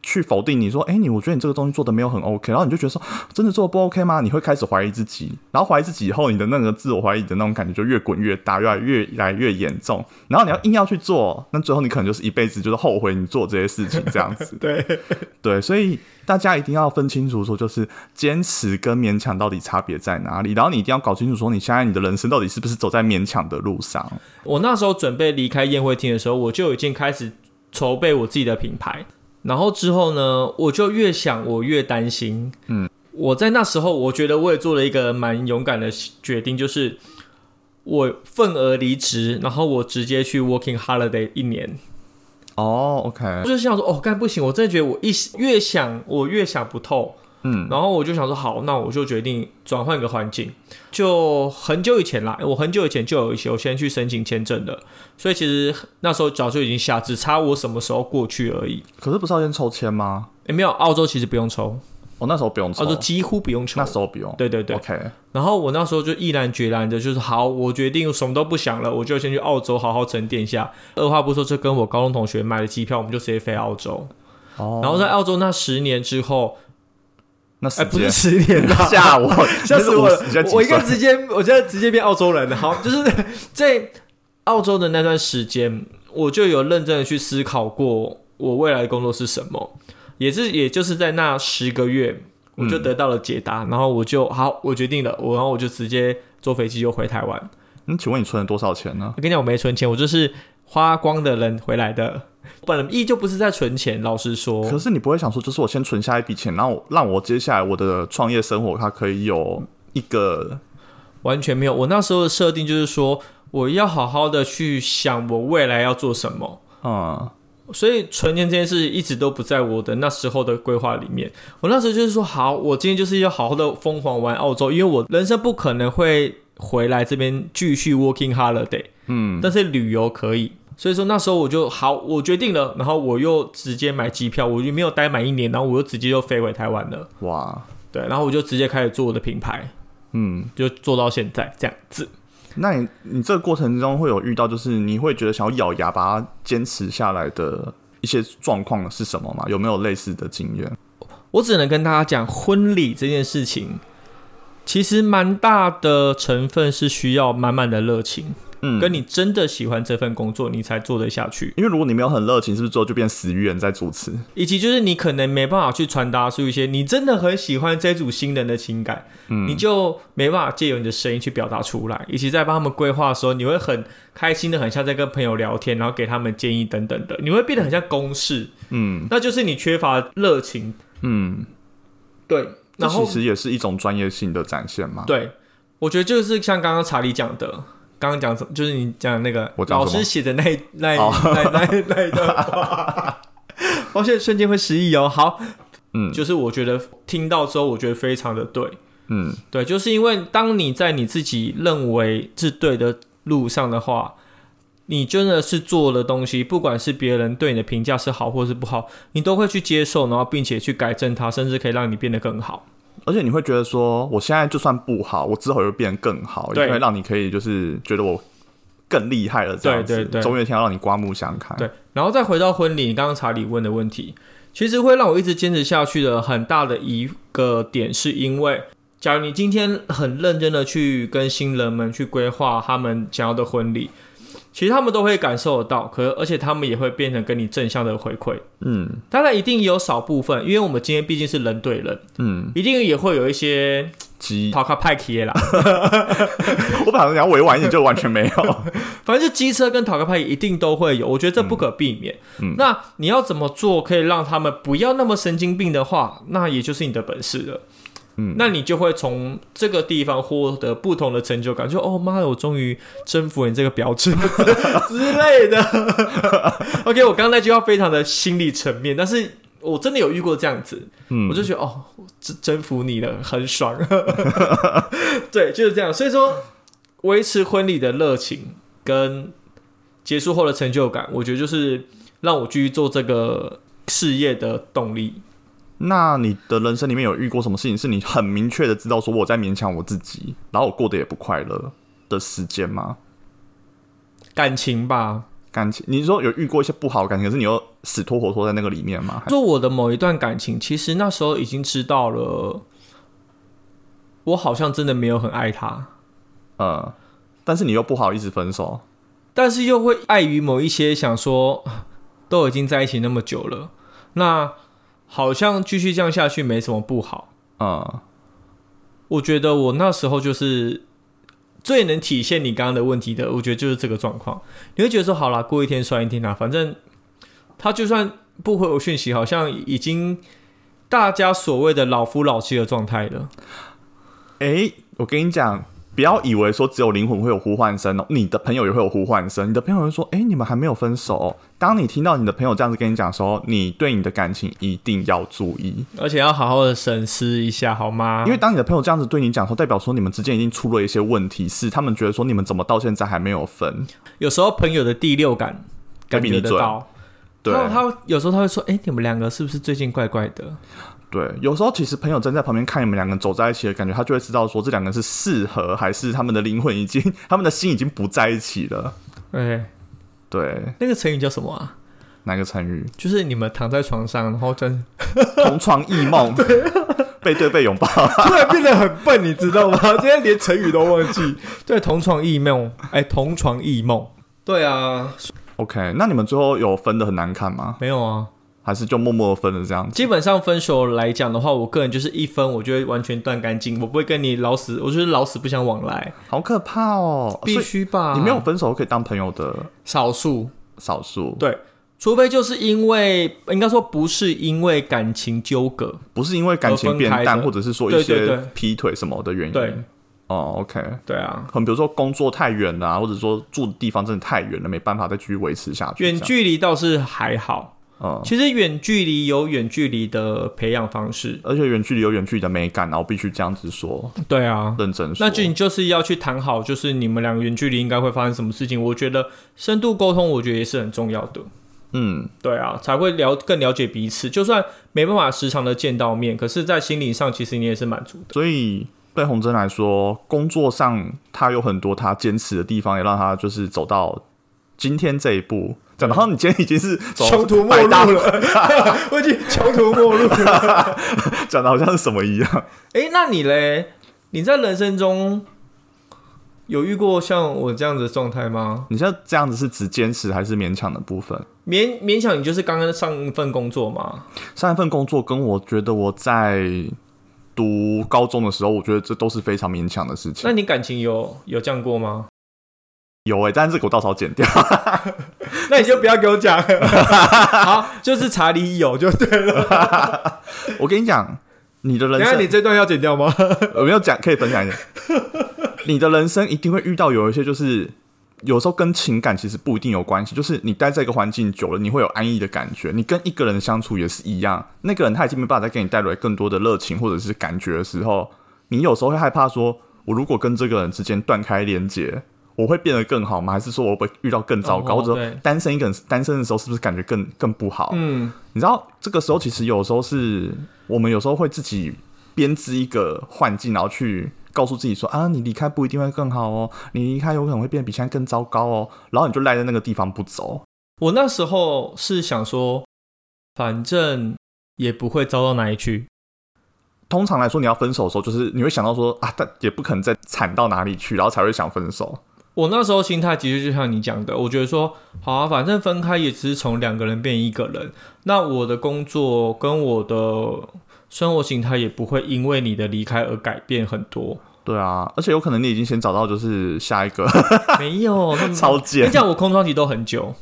[SPEAKER 2] 去否定你说，哎、你我觉得你这个东西做的没有很 OK，然后你就觉得说，真的做的不 OK 吗？你会开始怀疑自己，然后怀疑自己以后，你的那个自我怀疑的那种感觉就越滚越大，越来越越来越严重。然后你要硬要去做，那最后你可能就是一辈子就是后悔你做这些事情这样子。
[SPEAKER 1] 对，
[SPEAKER 2] 对，所以大家一定要分清楚，说就是坚持跟勉强到底差别在哪里，然后你一定要搞清楚，说你现在你的人生到底是不是走在勉强的路上。
[SPEAKER 1] 我那时候准备离开宴会厅的时候，我就已经开始筹备我自己的品牌。然后之后呢，我就越想我越担心。嗯，我在那时候，我觉得我也做了一个蛮勇敢的决定，就是我份额离职，然后我直接去 working holiday 一年。
[SPEAKER 2] 哦
[SPEAKER 1] 我
[SPEAKER 2] ，OK，
[SPEAKER 1] 就想说，哦，干不行，我真的觉得我一越想我越想不透。
[SPEAKER 2] 嗯，
[SPEAKER 1] 然后我就想说，好，那我就决定转换个环境。就很久以前啦，我很久以前就有一些，我先去申请签证的，所以其实那时候早就已经下，只差我什么时候过去而已。
[SPEAKER 2] 可是不是要先抽签吗？
[SPEAKER 1] 也没有，澳洲其实不用抽，
[SPEAKER 2] 我、那时候不用抽
[SPEAKER 1] 澳，洲几乎不用抽
[SPEAKER 2] 哦那。时候不用。
[SPEAKER 1] 对哦对对。
[SPEAKER 2] OK，
[SPEAKER 1] 然后我那时候就毅然决然的，就是好，我决定什么都不想了，我就先去澳洲好好沉淀一下。二话不说，就跟我高中同学买了机票，我们就直接飞澳洲。
[SPEAKER 2] 哦，
[SPEAKER 1] 然后在澳洲那十年之后，
[SPEAKER 2] 那
[SPEAKER 1] 哎、
[SPEAKER 2] 时
[SPEAKER 1] 不
[SPEAKER 2] 间
[SPEAKER 1] 是十年啦，
[SPEAKER 2] 吓我，
[SPEAKER 1] 吓死我
[SPEAKER 2] 你
[SPEAKER 1] 了
[SPEAKER 2] 是50你现在！几
[SPEAKER 1] 我应该
[SPEAKER 2] 岁
[SPEAKER 1] 直接，我现在直接变澳洲人了。好，就是 在澳洲的那段时间，我就有认真的去思考过我未来的工作是什么，也是也就是在那十个月，我
[SPEAKER 2] 嗯
[SPEAKER 1] 就得到了解答，然后我就好，我决定了，我然后我就直接坐飞机就回台湾。
[SPEAKER 2] 嗯，请问你存了多少钱呢？
[SPEAKER 1] 我跟你讲，我没存钱，我就是花光的人回来的，本意就不是在存钱。老实说，
[SPEAKER 2] 可是你不会想说，就是我先存下一笔钱，然后让我接下来我的创业生活，它可以有一个
[SPEAKER 1] 完全没有。我那时候的设定就是说，我要好好的去想我未来要做什么。
[SPEAKER 2] 嗯，
[SPEAKER 1] 所以存钱这件事一直都不在我的那时候的规划里面。我那时候就是说，好，我今天就是要好好的疯狂玩澳洲，因为我人生不可能会回来这边继续 working holiday，嗯，但是旅游可以。所以说那时候我就好，我决定了，然后我又直接买机票，我就没有待满一年，然后我又直接就飞回台湾了。
[SPEAKER 2] 哇，
[SPEAKER 1] 对，然后我就直接开始做我的品牌，
[SPEAKER 2] 嗯，
[SPEAKER 1] 就做到现在这样子。
[SPEAKER 2] 那你你这个过程中会有遇到，就是你会觉得想要咬牙把它坚持下来的一些状况是什么吗？有没有类似的经验？
[SPEAKER 1] 我只能跟大家讲，婚礼这件事情，其实蛮大的成分是需要满满的热情，
[SPEAKER 2] 嗯，
[SPEAKER 1] 跟你真的喜欢这份工作，你才做得下去，
[SPEAKER 2] 因为如果你没有很热情，是不是之后就变死鱼人在主持？
[SPEAKER 1] 以及就是你可能没办法去传达出一些你真的很喜欢这组新人的情感，
[SPEAKER 2] 嗯
[SPEAKER 1] 你就没办法借由你的声音去表达出来，以及在帮他们规划的时候，你会很开心的，很像在跟朋友聊天，然后给他们建议等等的，你会变得很像公式，
[SPEAKER 2] 嗯
[SPEAKER 1] 那就是你缺乏热情，
[SPEAKER 2] 嗯，
[SPEAKER 1] 对，
[SPEAKER 2] 这
[SPEAKER 1] 然后
[SPEAKER 2] 其实也是一种专业性的展现嘛。
[SPEAKER 1] 对，我觉得就是像刚刚查理讲的，刚刚讲什么，就是你讲那个
[SPEAKER 2] 我讲
[SPEAKER 1] 老
[SPEAKER 2] 什么
[SPEAKER 1] 师写的那一那一
[SPEAKER 2] 哦
[SPEAKER 1] 那一那一那一段话，我现在瞬间会失忆哦。好，
[SPEAKER 2] 嗯
[SPEAKER 1] 就是我觉得听到之后，我觉得非常的对，
[SPEAKER 2] 嗯
[SPEAKER 1] 对，就是因为当你在你自己认为是对的路上的话。你真的是做的东西，不管是别人对你的评价是好或是不好，你都会去接受，然后并且去改正它，甚至可以让你变得更好。
[SPEAKER 2] 而且你会觉得说，我现在就算不好，我之后也会变更好，因
[SPEAKER 1] 对
[SPEAKER 2] 为让你可以就是觉得我更厉害了，这样子，
[SPEAKER 1] 对对对
[SPEAKER 2] 总有一天要让你刮目相看。
[SPEAKER 1] 对，然后再回到婚礼，你刚刚查理问的问题，其实会让我一直坚持下去的很大的一个点，是因为假如你今天很认真的去跟新人们去规划他们想要的婚礼，其实他们都会感受得到，可而且他们也会变成跟你正向的回馈。
[SPEAKER 2] 嗯
[SPEAKER 1] 当然，一定有少部分，因为我们今天毕竟是人对人，
[SPEAKER 2] 嗯，
[SPEAKER 1] 一定也会有一些
[SPEAKER 2] 鸡，
[SPEAKER 1] 讨卡派克啦，
[SPEAKER 2] 我本来想要委婉一点，就完全没 有。
[SPEAKER 1] 反正就机车跟讨个派一定都会有，我觉得这不可避免。那你要怎么做可以让他们不要那么神经病的话，那也就是你的本事了。
[SPEAKER 2] 嗯，
[SPEAKER 1] 那你就会从这个地方获得不同的成就感，就哦妈的，我终于征服你这个婊子之类的。OK，我刚刚那句话非常的心理层面，但是我真的有遇过这样子，
[SPEAKER 2] 嗯
[SPEAKER 1] 我就觉得哦，我征征服你了，很爽。 对，就是这样。所以说，维持婚礼的热情跟结束后的成就感，我觉得就是让我继续做这个事业的动力。
[SPEAKER 2] 那你的人生里面有遇过什么事情是你很明确的知道说我在勉强我自己，然后我过得也不快乐的时间吗？
[SPEAKER 1] 感情吧，
[SPEAKER 2] 感情，你说有遇过一些不好的感情，可是你又死拖活拖在那个里面吗？还
[SPEAKER 1] 做我的某一段感情，其实那时候已经知道了，我好像真的没有很爱他，
[SPEAKER 2] 呃，但是你又不好意思分手，
[SPEAKER 1] 但是又会碍于某一些想说， 啊都已经在一起那么久了，那好像继续这样下去没什么不好。
[SPEAKER 2] 嗯
[SPEAKER 1] 我觉得我那时候就是最能体现你刚刚的问题的，我觉得就是这个状况。你会觉得说，好啦，过一天算一天啊，反正他就算不回我讯息，好像已经大家所谓的老夫老妻的状态了。
[SPEAKER 2] 诶，我跟你讲，不要以为说只有灵魂会有呼唤声哦，你的朋友也会有呼唤声。你的朋友会说：“诶，你们还没有分手哦、当你听到你的朋友这样子跟你讲的时候，你对你的感情一定要注意，
[SPEAKER 1] 而且要好好的审视一下，好吗？
[SPEAKER 2] 因为当你的朋友这样子对你讲的时候，代表说你们之间已经出了一些问题，是他们觉得说你们怎么到现在还没有分？
[SPEAKER 1] 有时候朋友的第六感
[SPEAKER 2] 会
[SPEAKER 1] 感
[SPEAKER 2] 比
[SPEAKER 1] 觉
[SPEAKER 2] 你
[SPEAKER 1] 得
[SPEAKER 2] 准
[SPEAKER 1] 到，
[SPEAKER 2] 对
[SPEAKER 1] 然后他有时候他会说：“哎、你们两个是不是最近怪怪的
[SPEAKER 2] 对，有时候其实朋友站在旁边看你们两个人走在一起的感觉，他就会知道说这两个人是适合还是他们的灵魂已经他们的心已经不在一起了。？”
[SPEAKER 1] 哎、
[SPEAKER 2] 对，
[SPEAKER 1] 那个成语叫什么啊？
[SPEAKER 2] 哪个 成语？
[SPEAKER 1] 就是你们躺在床上，然后真
[SPEAKER 2] 同床异梦，背对背拥抱。
[SPEAKER 1] 突然变得很笨，你知道吗？今天连成语都忘记。对，同床异梦，哎、同床异梦。对啊，
[SPEAKER 2] OK，那你们最后有分的很难看吗？
[SPEAKER 1] 没有啊。
[SPEAKER 2] 还是就默默的分了这样子？
[SPEAKER 1] 基本上分手来讲的话，我个人就是一分，我就会完全断干净，我不会跟你老死，我就是老死不相往来，
[SPEAKER 2] 好可怕哦！
[SPEAKER 1] 必
[SPEAKER 2] 所以
[SPEAKER 1] 须吧？啊
[SPEAKER 2] 你没有分手可以当朋友的
[SPEAKER 1] 少数，
[SPEAKER 2] 少数，
[SPEAKER 1] 对，除非就是因为应该说不是因为感情纠葛，
[SPEAKER 2] 不是因为感情变
[SPEAKER 1] 而分开
[SPEAKER 2] 淡，
[SPEAKER 1] 的
[SPEAKER 2] 或者是说一
[SPEAKER 1] 对对
[SPEAKER 2] 些
[SPEAKER 1] 对
[SPEAKER 2] 劈腿什么的原因。
[SPEAKER 1] 对，
[SPEAKER 2] 哦，OK，
[SPEAKER 1] 对啊，
[SPEAKER 2] 可能比如说工作太远了、啊，或者说住的地方真的太远了，没办法再继续维持下去。
[SPEAKER 1] 远
[SPEAKER 2] 这样，
[SPEAKER 1] 距离倒是还好。
[SPEAKER 2] 嗯，
[SPEAKER 1] 其实远距离有远距离的培养方式，
[SPEAKER 2] 而且远距离有远距离的美感啊，我必须这样子说，
[SPEAKER 1] 对啊，
[SPEAKER 2] 认真说。
[SPEAKER 1] 那就你就是要去谈好，就是你们两个远距离应该会发生什么事情。我觉得深度沟通，我觉得也是很重要的。
[SPEAKER 2] 嗯，
[SPEAKER 1] 对啊，才会了更了解彼此。就算没办法时常的见到面，可是，在心灵上，其实你也是满足的。
[SPEAKER 2] 所以对洪真来说，工作上他有很多他坚持的地方，也让他就是走到今天这一步。然后你今天已经是走到百大，
[SPEAKER 1] 了， 我已经穷途末路 了。
[SPEAKER 2] 讲的好像是什么一样。
[SPEAKER 1] 哎、那你嘞？你在人生中有遇过像我这样子的状态吗？
[SPEAKER 2] 你现在这样子是只坚持还是勉强的部分？
[SPEAKER 1] 勉勉强你就是刚刚上一份工作嘛，
[SPEAKER 2] 上一份工作跟我觉得我在读高中的时候，我觉得这都是非常勉强的事情
[SPEAKER 1] 那。你感情有有这样过吗？
[SPEAKER 2] 有哎、但是这个我到时候剪掉。
[SPEAKER 1] 那你就不要给我讲。好，就是查理有就对了。
[SPEAKER 2] 我跟你讲，你的人
[SPEAKER 1] 等一下你
[SPEAKER 2] 生，
[SPEAKER 1] 这段要剪掉吗？
[SPEAKER 2] 呃我没有讲，可以分享 一下。你的人生一定会遇到有一些，就是有时候跟情感其实不一定有关系，就是你待在一个环境久了，你会有安逸的感觉。你跟一个人相处也是一样，那个人他已经没办法再给你带来更多的热情或者是感觉的时候，你有时候会害怕说，我如果跟这个人之间断开连接。我会变得更好吗？还是说我会遇到更糟糕？
[SPEAKER 1] 哦
[SPEAKER 2] 或者说
[SPEAKER 1] 对
[SPEAKER 2] 单身一个人，单身的时候是不是感觉更更不好？
[SPEAKER 1] 嗯，
[SPEAKER 2] 你知道这个时候其实有时候是我们有时候会自己编织一个幻境，然后去告诉自己说啊，你离开不一定会更好哦，你离开有可能会变得比现在更糟糕哦，然后你就赖在那个地方不走。
[SPEAKER 1] 我那时候是想说，反正也不会糟到哪里去。
[SPEAKER 2] 通常来说，你要分手的时候，就是你会想到说啊，但也不可能再惨到哪里去，然后才会想分手。
[SPEAKER 1] 我那时候心态其实就像你讲的，我觉得说，好啊，反正分开也只是从两个人变一个人，那我的工作跟我的生活形态也不会因为你的离开而改变很多。
[SPEAKER 2] 对啊，而且有可能你已经先找到就是下一 个
[SPEAKER 1] 没有，那么
[SPEAKER 2] 超
[SPEAKER 1] 跟
[SPEAKER 2] 贱
[SPEAKER 1] 你。讲，我空窗期都很久，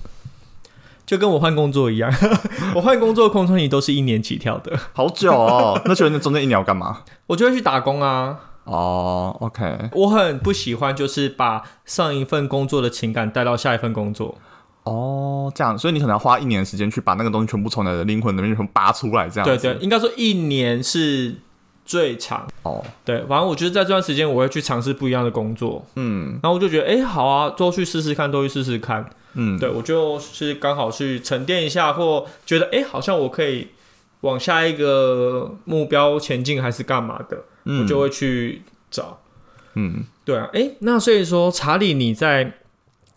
[SPEAKER 1] 就跟我换工作一样， 我换工作的空窗期都是一年起跳的。
[SPEAKER 2] 好久哦。那请问那中间一年要干嘛？
[SPEAKER 1] 我就会去打工啊，
[SPEAKER 2] 哦，OK，
[SPEAKER 1] 我很不喜欢就是把上一份工作的情感带到下一份工作。
[SPEAKER 2] 哦，这样，所以你可能要花一年的时间去把那个东西全部从你的灵魂里面全部拔出来，这样
[SPEAKER 1] 对
[SPEAKER 2] 子
[SPEAKER 1] 对，应该说一年是最长。
[SPEAKER 2] 哦，
[SPEAKER 1] 对，反正我觉得在这段时间，我会去尝试不一样的工作，
[SPEAKER 2] 嗯
[SPEAKER 1] 然后我就觉得，哎、好啊，都去试试看，都去试试看。
[SPEAKER 2] 嗯，
[SPEAKER 1] 对我就是刚好去沉淀一下，或觉得，哎、好像我可以往下一个目标前进，还是干嘛的，
[SPEAKER 2] 嗯，
[SPEAKER 1] 我就会去找。
[SPEAKER 2] 嗯，
[SPEAKER 1] 对啊，哎、那所以说，查理你在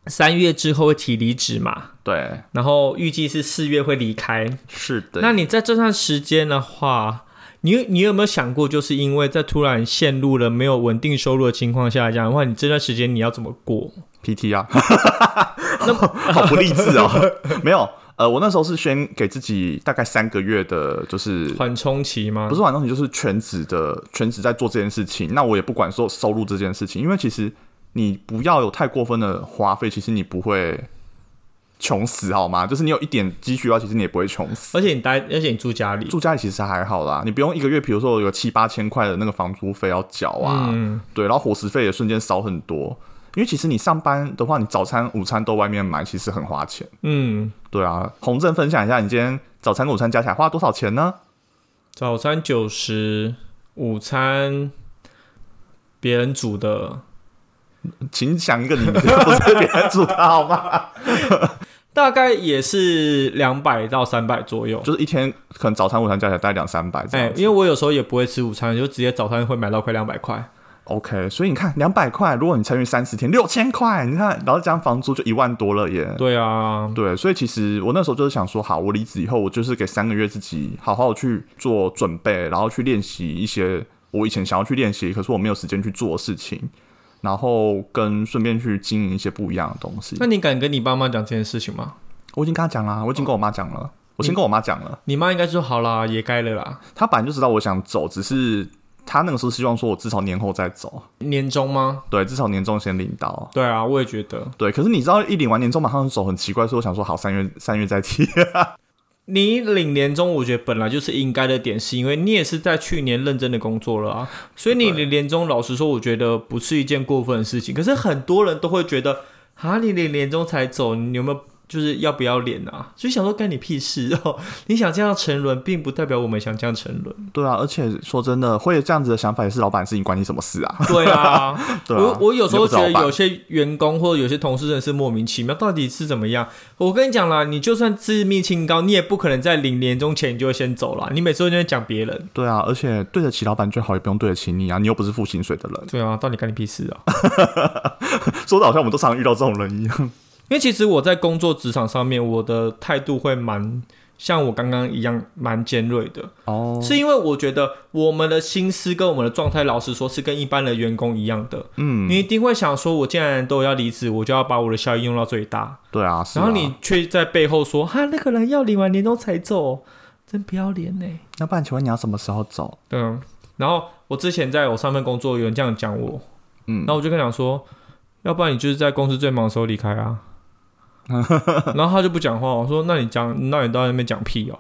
[SPEAKER 1] 三月之后会提离职嘛？
[SPEAKER 2] 对，
[SPEAKER 1] 然后预计是四月会离开。
[SPEAKER 2] 是的
[SPEAKER 1] 那你在这段时间的话，你你有没有想过，就是因为在突然陷入了没有稳定收入的情况下，这样的话，你这段时间你要怎么过？
[SPEAKER 2] PT 啊， 好不励志哦。 没有，呃，我那时候是先给自己大概三个月的，就是
[SPEAKER 1] 缓冲期吗
[SPEAKER 2] 不？是晚上，你就是全职的，全职在做这件事情。那我也不管说收入这件事情，因为其实你不要有太过分的花费，其实你不会穷死好吗？就是你有一点积蓄的话，其实你也不会穷死。
[SPEAKER 1] 而且你待，而且你住家里，
[SPEAKER 2] 住家里其实还好啦，你不用一个月，比如说有七八千块的那个房租费要缴啊，
[SPEAKER 1] 嗯，
[SPEAKER 2] 对，然后伙食费也瞬间少很多。因为其实你上班的话，你早餐、午餐都外面买，其实很花钱。
[SPEAKER 1] 嗯，
[SPEAKER 2] 对啊，洪正分享一下，你今天早餐跟午餐加起来花多少钱呢？
[SPEAKER 1] 早餐九十，午餐别人煮的，
[SPEAKER 2] 请想一个你们不是别人煮的好吗？
[SPEAKER 1] 大概也是两百到三百左右。
[SPEAKER 2] 就是一天可能早餐、午餐加起来大概两三百这
[SPEAKER 1] 哎、
[SPEAKER 2] 样子。
[SPEAKER 1] 因为我有时候也不会吃午餐，就直接早餐会买到快两百块。
[SPEAKER 2] OK，所以你看两百块，如果你乘以三十天，六千块，你看，然后加上房租就一万多了耶。
[SPEAKER 1] 对啊，
[SPEAKER 2] 对，所以其实我那时候就是想说，好，我离职以后，我就是给三个月自己好好去做准备，然后去练习一些我以前想要去练习，可是我没有时间去做的事情，然后跟顺便去经营一些不一样的东西
[SPEAKER 1] 那。你敢跟你爸妈讲这件事情吗？
[SPEAKER 2] 我已经跟他讲啊啦，我已经跟我妈讲了，我先跟我妈讲了，
[SPEAKER 1] 你妈应该说好啦，也该了啦。
[SPEAKER 2] 她本来就知道我想走，只是他那个时候希望说我至少年后再走，
[SPEAKER 1] 年终吗？
[SPEAKER 2] 对，至少年终先领到。
[SPEAKER 1] 对啊，我也觉得。
[SPEAKER 2] 对，可是你知道一领完年终马上走很奇怪，所以我想说好三月三月再提。
[SPEAKER 1] 你领年终，我觉得本来就是应该的点，是因为你也是在去年认真的工作了啊，所以你领年终，老实说，我觉得不是一件过分的事情。可是很多人都会觉得，啊，你领年终才走，你有没有就是要不要脸啊？就想说干你屁事哦！ 你想这样沉沦，并不代表我们想这样沉沦。
[SPEAKER 2] 对啊，而且说真的，会有这样子的想法也是老板的事情，关你什么事啊？
[SPEAKER 1] 对啊，
[SPEAKER 2] 对
[SPEAKER 1] 我
[SPEAKER 2] 啊，
[SPEAKER 1] 我有时候觉得
[SPEAKER 2] 你又不是老板
[SPEAKER 1] 有些员工或者有些同事真的是莫名其妙，到底是怎么样？我跟你讲啦，你就算自命清高，你也不可能在领年终前你就会先走啦。你每次都在讲别人。
[SPEAKER 2] 对啊，而且对得起老板最好，也不用对得起你啊，你又不是付薪水的人。
[SPEAKER 1] 对啊，到底干你屁事啊？
[SPEAKER 2] 说的好像我们都常遇到这种人一样。
[SPEAKER 1] 因为其实我在工作职场上面，我的态度会蛮像我刚刚一样蛮尖锐的，
[SPEAKER 2] 哦，
[SPEAKER 1] 是因为我觉得我们的心思跟我们的状态，老实说是跟一般的员工一样的。
[SPEAKER 2] 嗯，
[SPEAKER 1] 你一定会想说，我既然都要离职，我就要把我的效益用到最大，
[SPEAKER 2] 对啊，是啊
[SPEAKER 1] 然后你却在背后说，哈，那个人要领完年终才走，真不要脸呢、
[SPEAKER 2] 那不然请问你要什么时候走？
[SPEAKER 1] 嗯，然后我之前在我上份工作，有人这样讲我，
[SPEAKER 2] 嗯
[SPEAKER 1] 然，后我就跟他讲说，要不然你就是在公司最忙的时候离开 啊。然后他就不讲话，我说那你讲，那你到那边讲屁哦。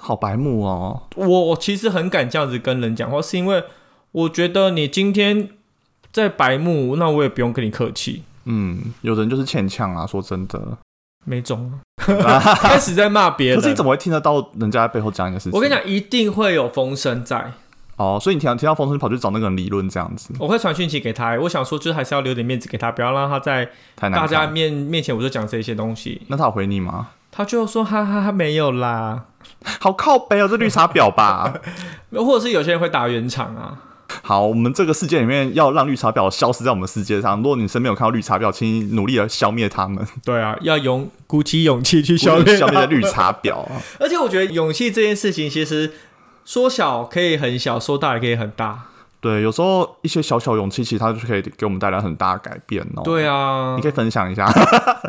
[SPEAKER 2] 好白目哦。
[SPEAKER 1] 我我其实很敢这样子跟人讲话，是因为我觉得你今天在白目，那我也不用跟你客气。
[SPEAKER 2] 嗯，有人就是欠呛啊，说真的。
[SPEAKER 1] 没种 啊，开始在骂别
[SPEAKER 2] 可是你
[SPEAKER 1] 人
[SPEAKER 2] 怎。么会听得到人家在背后讲你的事情？
[SPEAKER 1] 我跟你，讲，一定会有风声在，
[SPEAKER 2] 哦，所以你听到听到风声跑去找那个人理论这样子，
[SPEAKER 1] 我会传讯息给他。我想说，就是还是要留点面子给他，不要让他在
[SPEAKER 2] 太难
[SPEAKER 1] 大
[SPEAKER 2] 看
[SPEAKER 1] 家面面前我就讲这些东西。
[SPEAKER 2] 那他有回你吗？
[SPEAKER 1] 他就说哈哈哈，没有啦。
[SPEAKER 2] 好靠背哦，这绿茶婊吧。
[SPEAKER 1] 或者是有些人会打圆场啊，
[SPEAKER 2] 好，我们这个世界里面要让绿茶婊消失在我们世界上。如果你身边有看到绿茶婊，请你努力的消灭他们，
[SPEAKER 1] 对啊，要勇鼓起勇气去
[SPEAKER 2] 消
[SPEAKER 1] 消
[SPEAKER 2] 灭
[SPEAKER 1] 灭。
[SPEAKER 2] 消灭这绿茶婊。
[SPEAKER 1] 而且我觉得勇气这件事情，其实说小可以很小，说大也可以很大。
[SPEAKER 2] 对，有时候一些小小勇气，其实它就可以给我们带来很大的改变哦。，
[SPEAKER 1] 对啊
[SPEAKER 2] 你，可以分享一下，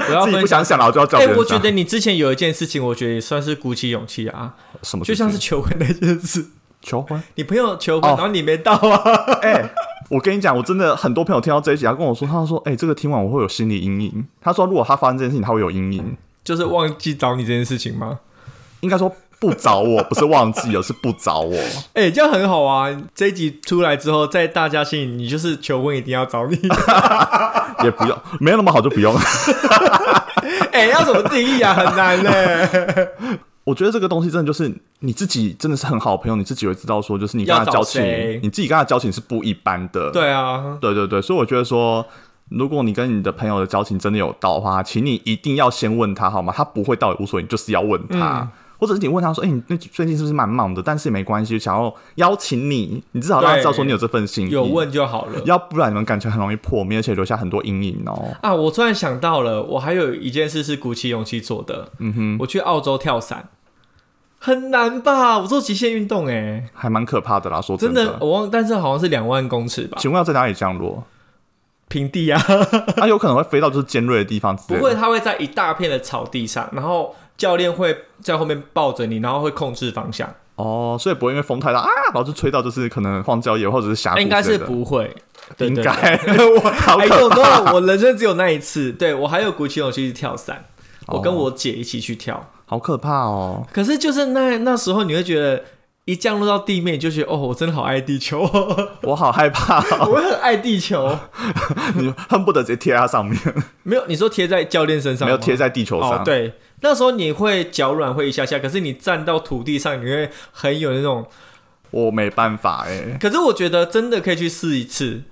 [SPEAKER 1] 我要
[SPEAKER 2] 自己不
[SPEAKER 1] 分享
[SPEAKER 2] 想。想了就要叫
[SPEAKER 1] 哎、
[SPEAKER 2] 别人
[SPEAKER 1] 我
[SPEAKER 2] 讲
[SPEAKER 1] 觉得你之前有一件事情，我觉得也算是鼓起勇气啊，
[SPEAKER 2] 什么事
[SPEAKER 1] 就
[SPEAKER 2] 情，
[SPEAKER 1] 像是求婚那件事。
[SPEAKER 2] 求婚。
[SPEAKER 1] 你朋友求婚，
[SPEAKER 2] 哦
[SPEAKER 1] 然后你没到啊？
[SPEAKER 2] 哎、我跟你讲，我真的很多朋友听到这一集，他跟我说，他说，哎、这个听完我会有心理阴影。他说，如果他发生这件事情，他会有阴影。
[SPEAKER 1] 就是忘记找你这件事情吗？
[SPEAKER 2] 应该说不找我，不是忘记了，是不找 我。
[SPEAKER 1] 哎、这样很好啊！这一集出来之后，在大家心里，你就是求婚一定要找你。
[SPEAKER 2] 也不用，没有那么好就不用。
[SPEAKER 1] 哎、要怎么定义啊？很难嘞、
[SPEAKER 2] 我觉得这个东西真的就是你自己真的是很好的朋友，你自己会知道说，就是你跟他
[SPEAKER 1] 要找
[SPEAKER 2] 交情
[SPEAKER 1] 谁，
[SPEAKER 2] 你自己跟他交情是不一般的。
[SPEAKER 1] 对啊，
[SPEAKER 2] 对对对，所以我觉得说，如果你跟你的朋友的交情真的有到的话，请你一定要先问他好吗？他不会到也无所谓，你就是要问他。
[SPEAKER 1] 嗯
[SPEAKER 2] 或者是你问他说：“哎、你那最近是不是蛮忙的？但是也没关系，想要邀请你，你至少让他知道说你有这份心意。
[SPEAKER 1] 有，问就好了。
[SPEAKER 2] 要不然你们感情很容易破灭，而且留下很多阴影哦。
[SPEAKER 1] 啊，我突然想到了，我还有一件事是鼓起勇气做的。嗯哼，我去澳洲跳伞，很难吧？我做极限运动、欸，哎，
[SPEAKER 2] 还蛮可怕的啦，说
[SPEAKER 1] 真
[SPEAKER 2] 哦的。啊
[SPEAKER 1] 的，我忘，但是好像是两万公尺吧，
[SPEAKER 2] 请问要在哪里 降落？
[SPEAKER 1] 平地啊，
[SPEAKER 2] 它、有可能会飞到就是尖锐的地方之
[SPEAKER 1] 不
[SPEAKER 2] 类的。
[SPEAKER 1] 会，它会在一大片的草地上，然后教练会在后面抱着你，然后会控制方向，
[SPEAKER 2] 哦，所以不会因为风太大啊，然后就吹到就是可能荒郊野或者是峡谷之
[SPEAKER 1] 哎应
[SPEAKER 2] 啊类的。
[SPEAKER 1] 该是不会，对
[SPEAKER 2] 应
[SPEAKER 1] 对
[SPEAKER 2] 该。
[SPEAKER 1] 对
[SPEAKER 2] 我好
[SPEAKER 1] 哎，
[SPEAKER 2] 可
[SPEAKER 1] 我多了，我人生只有那一次，对我还有鼓起勇气去跳伞，我跟
[SPEAKER 2] 哦
[SPEAKER 1] 我姐一起去跳。
[SPEAKER 2] 好可怕哦。
[SPEAKER 1] 可是就是那那时候，你会觉得一降落到地面，你就觉得哦，我真的好爱地 球， 我
[SPEAKER 2] 我好害怕、哦
[SPEAKER 1] 很爱地球。
[SPEAKER 2] 你恨不得直接贴在它上面，
[SPEAKER 1] 没有，你说贴在教练身上
[SPEAKER 2] 没
[SPEAKER 1] 吗，
[SPEAKER 2] 有贴在地球上。
[SPEAKER 1] 哦，对，那时候你会脚软会一下下，可是你站到土地上，你会很有那种。
[SPEAKER 2] 我没办法哎、
[SPEAKER 1] 可是我觉得真的可以去试一次，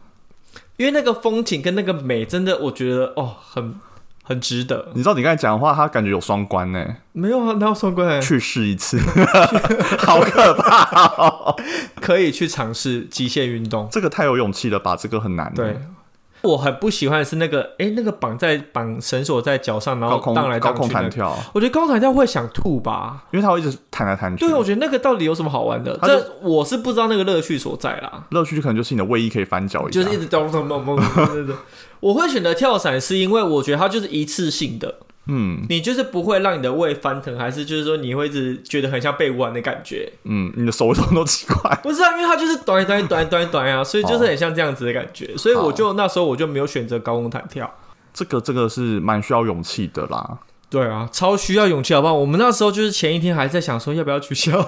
[SPEAKER 1] 因为那个风景跟那个美，真的我觉得哦，很很值得。
[SPEAKER 2] 你知道你刚才讲的话，它感觉有双关呢、
[SPEAKER 1] 没有啊，哪有双关？
[SPEAKER 2] 去试一次， 好可怕！
[SPEAKER 1] 可以去尝试极限运动。
[SPEAKER 2] 这个太有勇气了吧？这个很难、欸
[SPEAKER 1] 对，，我很不喜欢的是那个，哎、那个绑在绑绳索在脚上，然
[SPEAKER 2] 高
[SPEAKER 1] 后
[SPEAKER 2] 空
[SPEAKER 1] 哦荡来
[SPEAKER 2] 高
[SPEAKER 1] 荡
[SPEAKER 2] 空
[SPEAKER 1] 去、那
[SPEAKER 2] 弹
[SPEAKER 1] 个。
[SPEAKER 2] 跳，
[SPEAKER 1] 我觉得高弹跳会想吐 吧？
[SPEAKER 2] 因为它会一直弹来弹去
[SPEAKER 1] 对，。我觉得那个到底有什么好玩的？
[SPEAKER 2] 它就
[SPEAKER 1] 这我是不知道那个乐趣所在啦。
[SPEAKER 2] 乐趣可能就是你的卫衣可以翻脚一下，
[SPEAKER 1] 就是 一直咚咚咚咚咚咚咚。我会选择跳伞，是因为我觉得它就是一次性的，
[SPEAKER 2] 嗯
[SPEAKER 1] 你就是不会让你的胃翻腾，还是就是说你会一直觉得很像被玩的感觉？
[SPEAKER 2] 嗯，你的手动都奇怪。
[SPEAKER 1] 不是啊，因为它就是短短短短短啊，所以
[SPEAKER 2] 哦
[SPEAKER 1] 就是很像这样子的感觉。所以我就那时候我就没有选择高空弹跳。
[SPEAKER 2] 这个这个是蛮需要勇气的啦。
[SPEAKER 1] 对啊，超需要勇气，好不好？我们那时候就是前一天还在想说要不要取 消，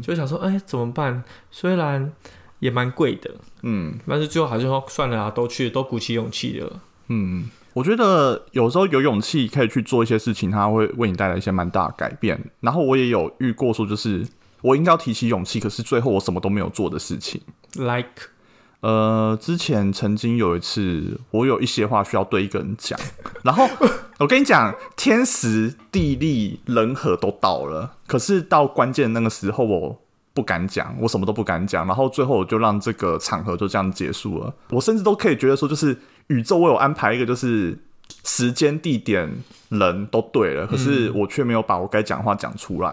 [SPEAKER 1] 就想说哎、怎么办？虽然也蛮贵的，
[SPEAKER 2] 嗯
[SPEAKER 1] 但是最后还是说算了啊，都去都鼓起勇气了。
[SPEAKER 2] 嗯，我觉得有时候有勇气可以去做一些事情，它会为你带来一些蛮大的改变。然后我也有遇过说，就是我应该要提起勇气，可是最后我什么都没有做的事情。
[SPEAKER 1] Like
[SPEAKER 2] 呃，之前曾经有一次，我有一些话需要对一个人讲，然后我跟你讲，天时、地利、人和都到了，可是到关键那个时候，我不敢讲，我什么都不敢讲，然后最后我就让这个场合就这样结束了。我甚至都可以觉得说，就是宇宙为我安排一个，就是时间、地点、人都对了，可是我却没有把我该讲的话讲出来，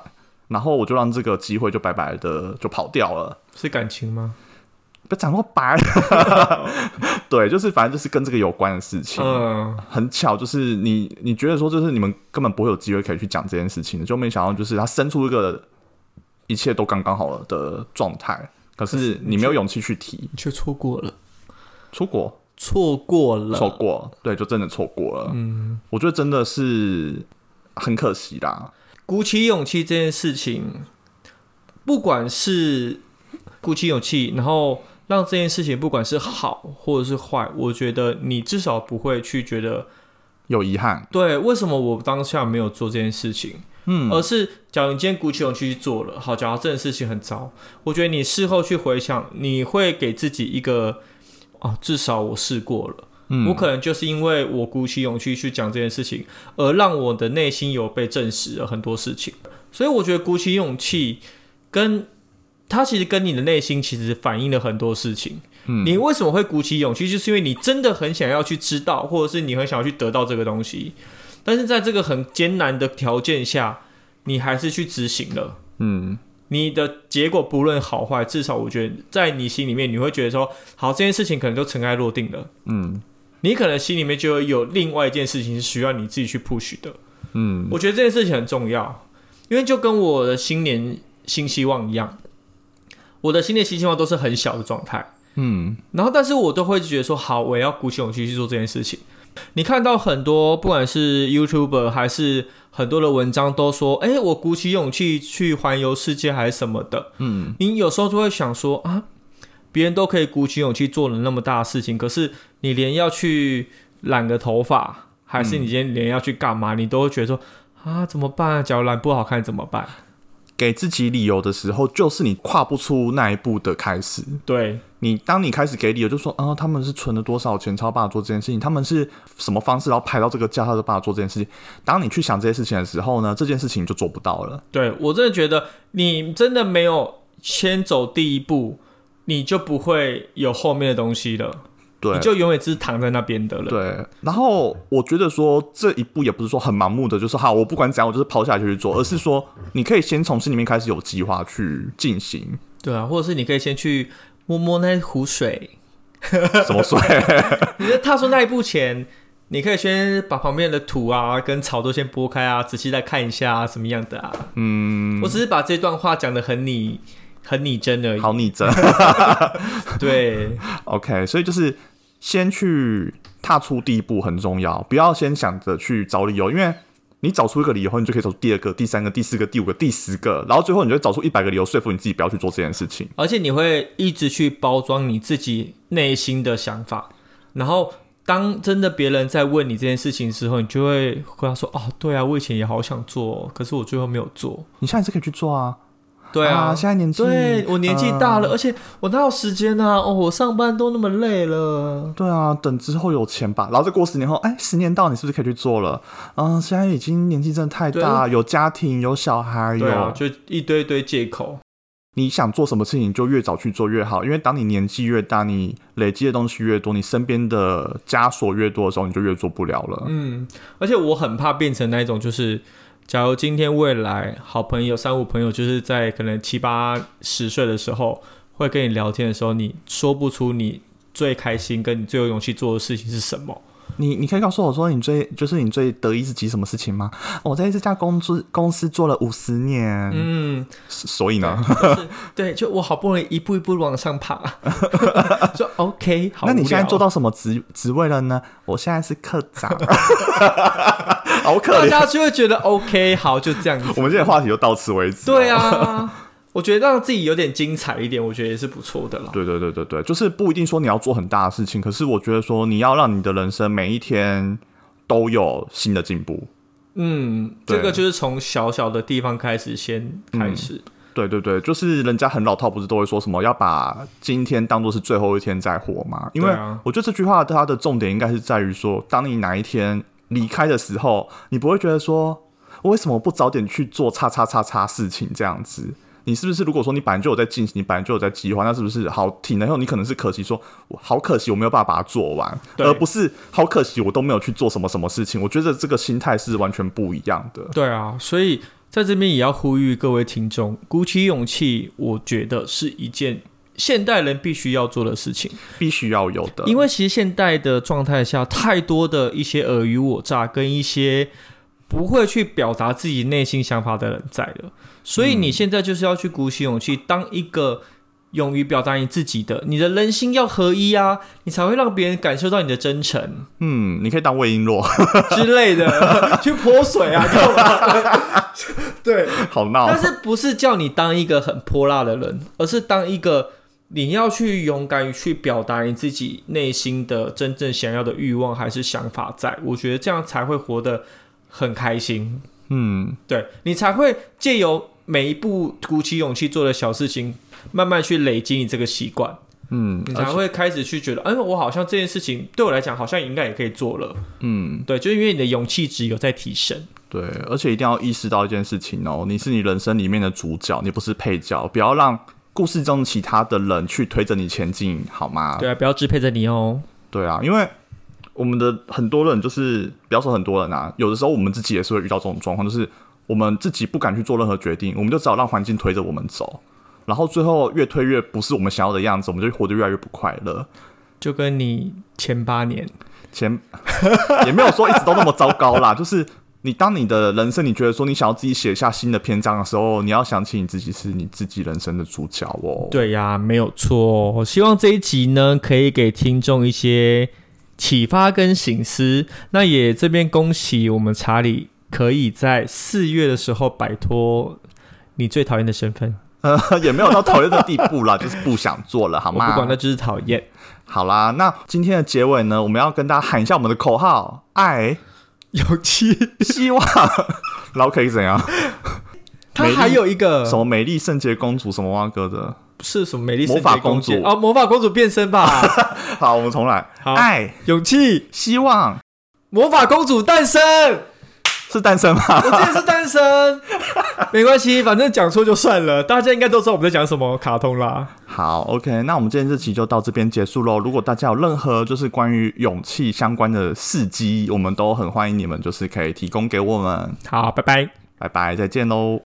[SPEAKER 2] 然后我就让这个机会就白白的就跑掉了。
[SPEAKER 1] 是感情吗？
[SPEAKER 2] 不要讲那么白， 对，就是反正就是跟这个有关的事情。
[SPEAKER 1] 嗯，
[SPEAKER 2] 很巧，就是你你觉得说，就是你们根本不会有机会可以去讲这件事情的，就没想到就是他生出一个一切都刚刚好了的状态，可是你没有勇气去提，
[SPEAKER 1] 却错过了，
[SPEAKER 2] 出国
[SPEAKER 1] 错过了，
[SPEAKER 2] 错过，对，就真的错过了。嗯，我觉得真的是很可惜啦。
[SPEAKER 1] 鼓起勇气这件事情，不管是鼓起勇气，然后让这件事情不管是好或者是坏，我觉得你至少不会去觉得
[SPEAKER 2] 有遗憾，
[SPEAKER 1] 对，为什么我当下没有做这件事情？
[SPEAKER 2] 嗯，
[SPEAKER 1] 而是假如你今天鼓起勇气去做了，好，假如这件事情很糟，我觉得你事后去回想，你会给自己一个哦，至少我试过了。
[SPEAKER 2] 嗯
[SPEAKER 1] 我可能就是因为我鼓起勇气去讲这件事情，而让我的内心有被证实了很多事情。所以我觉得鼓起勇气跟它其实跟你的内心其实反映了很多事情。
[SPEAKER 2] 嗯
[SPEAKER 1] 你为什么会鼓起勇气？就是因为你真的很想要去知道，或者是你很想要去得到这个东西。但是在这个很艰难的条件下，你还是去执行了。
[SPEAKER 2] 嗯，
[SPEAKER 1] 你的结果不论好坏，至少我觉得在你心里面，你会觉得说，好，这件事情可能就尘埃落定了。
[SPEAKER 2] 嗯，
[SPEAKER 1] 你可能心里面就会有另外一件事情是需要你自己去 push 的。
[SPEAKER 2] 嗯，
[SPEAKER 1] 我觉得这件事情很重要，因为就跟我的新年新希望一样，我的新年新希望都是很小的状态。
[SPEAKER 2] 嗯，
[SPEAKER 1] 然后，但是我都会觉得说，好，我也要鼓起勇气去做这件事情。你看到很多，不管是 YouTuber 还是很多的文章，都说，哎，我鼓起勇气去环游世界还是什么的。
[SPEAKER 2] 嗯，
[SPEAKER 1] 你有时候就会想说，啊，别人都可以鼓起勇气做了那么大的事情，可是你连要去染个头发，还是你今天连要去干嘛，你都会觉得说，啊，怎么办？假如染不好看怎么办？
[SPEAKER 2] 给自己理由的时候，就是你跨不出那一步的开始。
[SPEAKER 1] 对，
[SPEAKER 2] 你当你开始给理由，就说啊、他们是存了多少钱才有办法做这件事情，他们是什么方式，然后排到这个价，他就办法做这件事情。当你去想这些事情的时候呢，这件事情就做不到了。
[SPEAKER 1] 对我真的觉得你真的没有先走第一步，你就不会有后面的东西了，
[SPEAKER 2] 对
[SPEAKER 1] 你，就永远只是躺在那边的了。
[SPEAKER 2] 对。然后我觉得说这一步也不是说很盲目的，就是好，我不管怎样，我就是抛下去去做，而是说你可以先从心里面开始有计划去进行。
[SPEAKER 1] 对啊，或者是你可以先去摸摸那湖水，
[SPEAKER 2] 什么水？
[SPEAKER 1] 你在踏出那一步前，你可以先把旁边的土啊跟草都先拨开啊，仔细再看一下啊，什么样的啊。嗯，我只是把这段话讲的很拟很拟真而已。
[SPEAKER 2] 好拟真。
[SPEAKER 1] 对
[SPEAKER 2] OK，所以就是先去踏出第一步很重要，不要先想着去找理由，因为你找出一个理由后，你就可以找出第二个、第三个、第四个、第五个、第十个，然后最后你就会找出一百个理由说服你自己不要去做这件事情。
[SPEAKER 1] 而且你会一直去包装你自己内心的想法，然后当真的别人在问你这件事情的时候，你就会回答说：“哦，对啊，我以前也好想做、哦，可是我最后没有做。
[SPEAKER 2] 你下一次可以去做啊！”
[SPEAKER 1] 对啊，
[SPEAKER 2] 现在年纪，呃
[SPEAKER 1] 对我年纪大
[SPEAKER 2] 了、
[SPEAKER 1] 了，而且我哪有时间啊？哦，我上班都那么累了。
[SPEAKER 2] 对啊，等之后有钱吧，然后再过十年后，哎，十年到你是不是可以去做了？嗯，现在已经年纪真的太大，有家庭，有小孩，有、
[SPEAKER 1] 对啊，就一堆堆借口。
[SPEAKER 2] 你想做什么事情，就越早去做越好。因为当你年纪越大，你累积的东西越多，你身边的枷锁越多的时候，你就越做不了了。
[SPEAKER 1] 嗯，而且我很怕变成那一种，就是假如今天未来好朋友、三五朋友，就是在可能七八十岁的时候，会跟你聊天的时候，你说不出你最开心跟你最有勇气做的事情是什么。
[SPEAKER 2] 你你可以告诉我说你最就是你最得意是及什么事情吗？哦我在这家公司公司做了五十年，
[SPEAKER 1] 嗯，
[SPEAKER 2] 所以呢，
[SPEAKER 1] 对，就我好不容易一步一步往上爬， 说 OK，好
[SPEAKER 2] 那你现在
[SPEAKER 1] 无聊
[SPEAKER 2] 做到什么职职位了呢？我现在是科 长， 好可
[SPEAKER 1] 大
[SPEAKER 2] 怜。
[SPEAKER 1] 家就会觉得 OK，好，就这样子。
[SPEAKER 2] 我们今天的话题就到此为止。
[SPEAKER 1] 对啊， 我觉得让自己有点精彩一点，我觉得也是不错的啦。
[SPEAKER 2] 对对对对对，就是不一定说你要做很大的事情，可是我觉得说你要让你的人生每一天都有新的进步。
[SPEAKER 1] 嗯，
[SPEAKER 2] 对
[SPEAKER 1] 这个就是从小小的地方开始，先开始。
[SPEAKER 2] 对对对，就是人家很老套，不是都会说什么要把今天当做是最后一天再活吗？因为
[SPEAKER 1] 对啊
[SPEAKER 2] 我觉得这句话它的重点应该是在于说，当你哪一天离开的时候，你不会觉得说我为什么不早点去做叉叉叉叉事情这样子。你是不是如果说你本来就有在进行，你本来就有在计划，那是不是好挺？然后你可能是可惜说，我好可惜我没有办法把它做完，
[SPEAKER 1] 对
[SPEAKER 2] 而不是好可惜我都没有去做什么什么事情。我觉得这个心态是完全不一样的。
[SPEAKER 1] 对啊，所以在这边也要呼吁各位听众，鼓起勇气，我觉得是一件现代人必须要做的事情。
[SPEAKER 2] 必须要有的，
[SPEAKER 1] 因为其实现代的状态下，太多的一些尔虞我诈跟一些不会去表达自己内心想法的人在了，所以你现在就是要去鼓起勇气，当一个勇于表达你自己的，你的人心要合一啊，你才会让别人感受到你的真诚
[SPEAKER 2] 嗯，你可以当魏璎珞，
[SPEAKER 1] 之类的，去泼水啊，干嘛 对，
[SPEAKER 2] 好闹。哦
[SPEAKER 1] 但是不是叫你当一个很泼辣的人，而是当一个你要去勇敢于去表达你自己内心的真正想要的欲望还是想法在，我觉得这样才会活得很开心，
[SPEAKER 2] 嗯，
[SPEAKER 1] 对你才会借由每一步鼓起勇气做的小事情，慢慢去累积你这个习惯，
[SPEAKER 2] 嗯
[SPEAKER 1] 你才会开始去觉得，哎，我好像这件事情对我来讲好像应该也可以做了，
[SPEAKER 2] 嗯，
[SPEAKER 1] 对，就是因为你的勇气值有在提升，
[SPEAKER 2] 对，而且一定要意识到一件事情哦，你是你人生里面的主角，你不是配角，不要让故事中其他的人去推着你前进，好吗？
[SPEAKER 1] 对啊，不要支配着你哦，
[SPEAKER 2] 对啊，因为我们的很多人就是，不要说很多人啊，有的时候我们自己也是会遇到这种状况，就是我们自己不敢去做任何决定，我们就只好让环境推着我们走，然后最后越推越不是我们想要的样子，我们就活得越来越不快乐。
[SPEAKER 1] 就跟你前八年。
[SPEAKER 2] 前 也没有说一直都那么糟糕啦，就是你当你的人生，你觉得说你想要自己写下新的篇章的时候，你要想起你自己是你自己人生的主角哦。，
[SPEAKER 1] 对呀、没有错哦、希望这一集呢，可以给听众一些启发跟醒思。那也这边恭喜我们查理，可以在四月的时候摆脱你最讨厌的身份。
[SPEAKER 2] 呃， 也没有到讨厌的地步啦， 就是不想做了，好
[SPEAKER 1] 我不
[SPEAKER 2] 吗
[SPEAKER 1] 管，？那就是讨厌。
[SPEAKER 2] 好啦，那今天的结尾呢，我们要跟大家喊一下我们的口号：爱、
[SPEAKER 1] 勇气，
[SPEAKER 2] 希望。 然后可以怎样？
[SPEAKER 1] 他
[SPEAKER 2] 美丽
[SPEAKER 1] 还有一个
[SPEAKER 2] 什么美丽圣洁公主，什么蛙哥的？
[SPEAKER 1] 是什么美丽圣洁
[SPEAKER 2] 魔法公主
[SPEAKER 1] 姐哦，魔法公主变身吧。
[SPEAKER 2] 好，我们重来。
[SPEAKER 1] 好
[SPEAKER 2] 爱、
[SPEAKER 1] 勇气，
[SPEAKER 2] 希望
[SPEAKER 1] 魔法公主诞生，
[SPEAKER 2] 是诞生吗？
[SPEAKER 1] 我记得是诞 生，没关系，反正讲错就算了。大家应该都知道我们在讲什么卡通啦。
[SPEAKER 2] 好，OK，那我们今天这期就到这边结束喽。如果大家有任何就是关于勇气相关的事迹，我们都很欢迎你们，就是可以提供给我们。
[SPEAKER 1] 好，拜拜。
[SPEAKER 2] 拜拜，再见喽。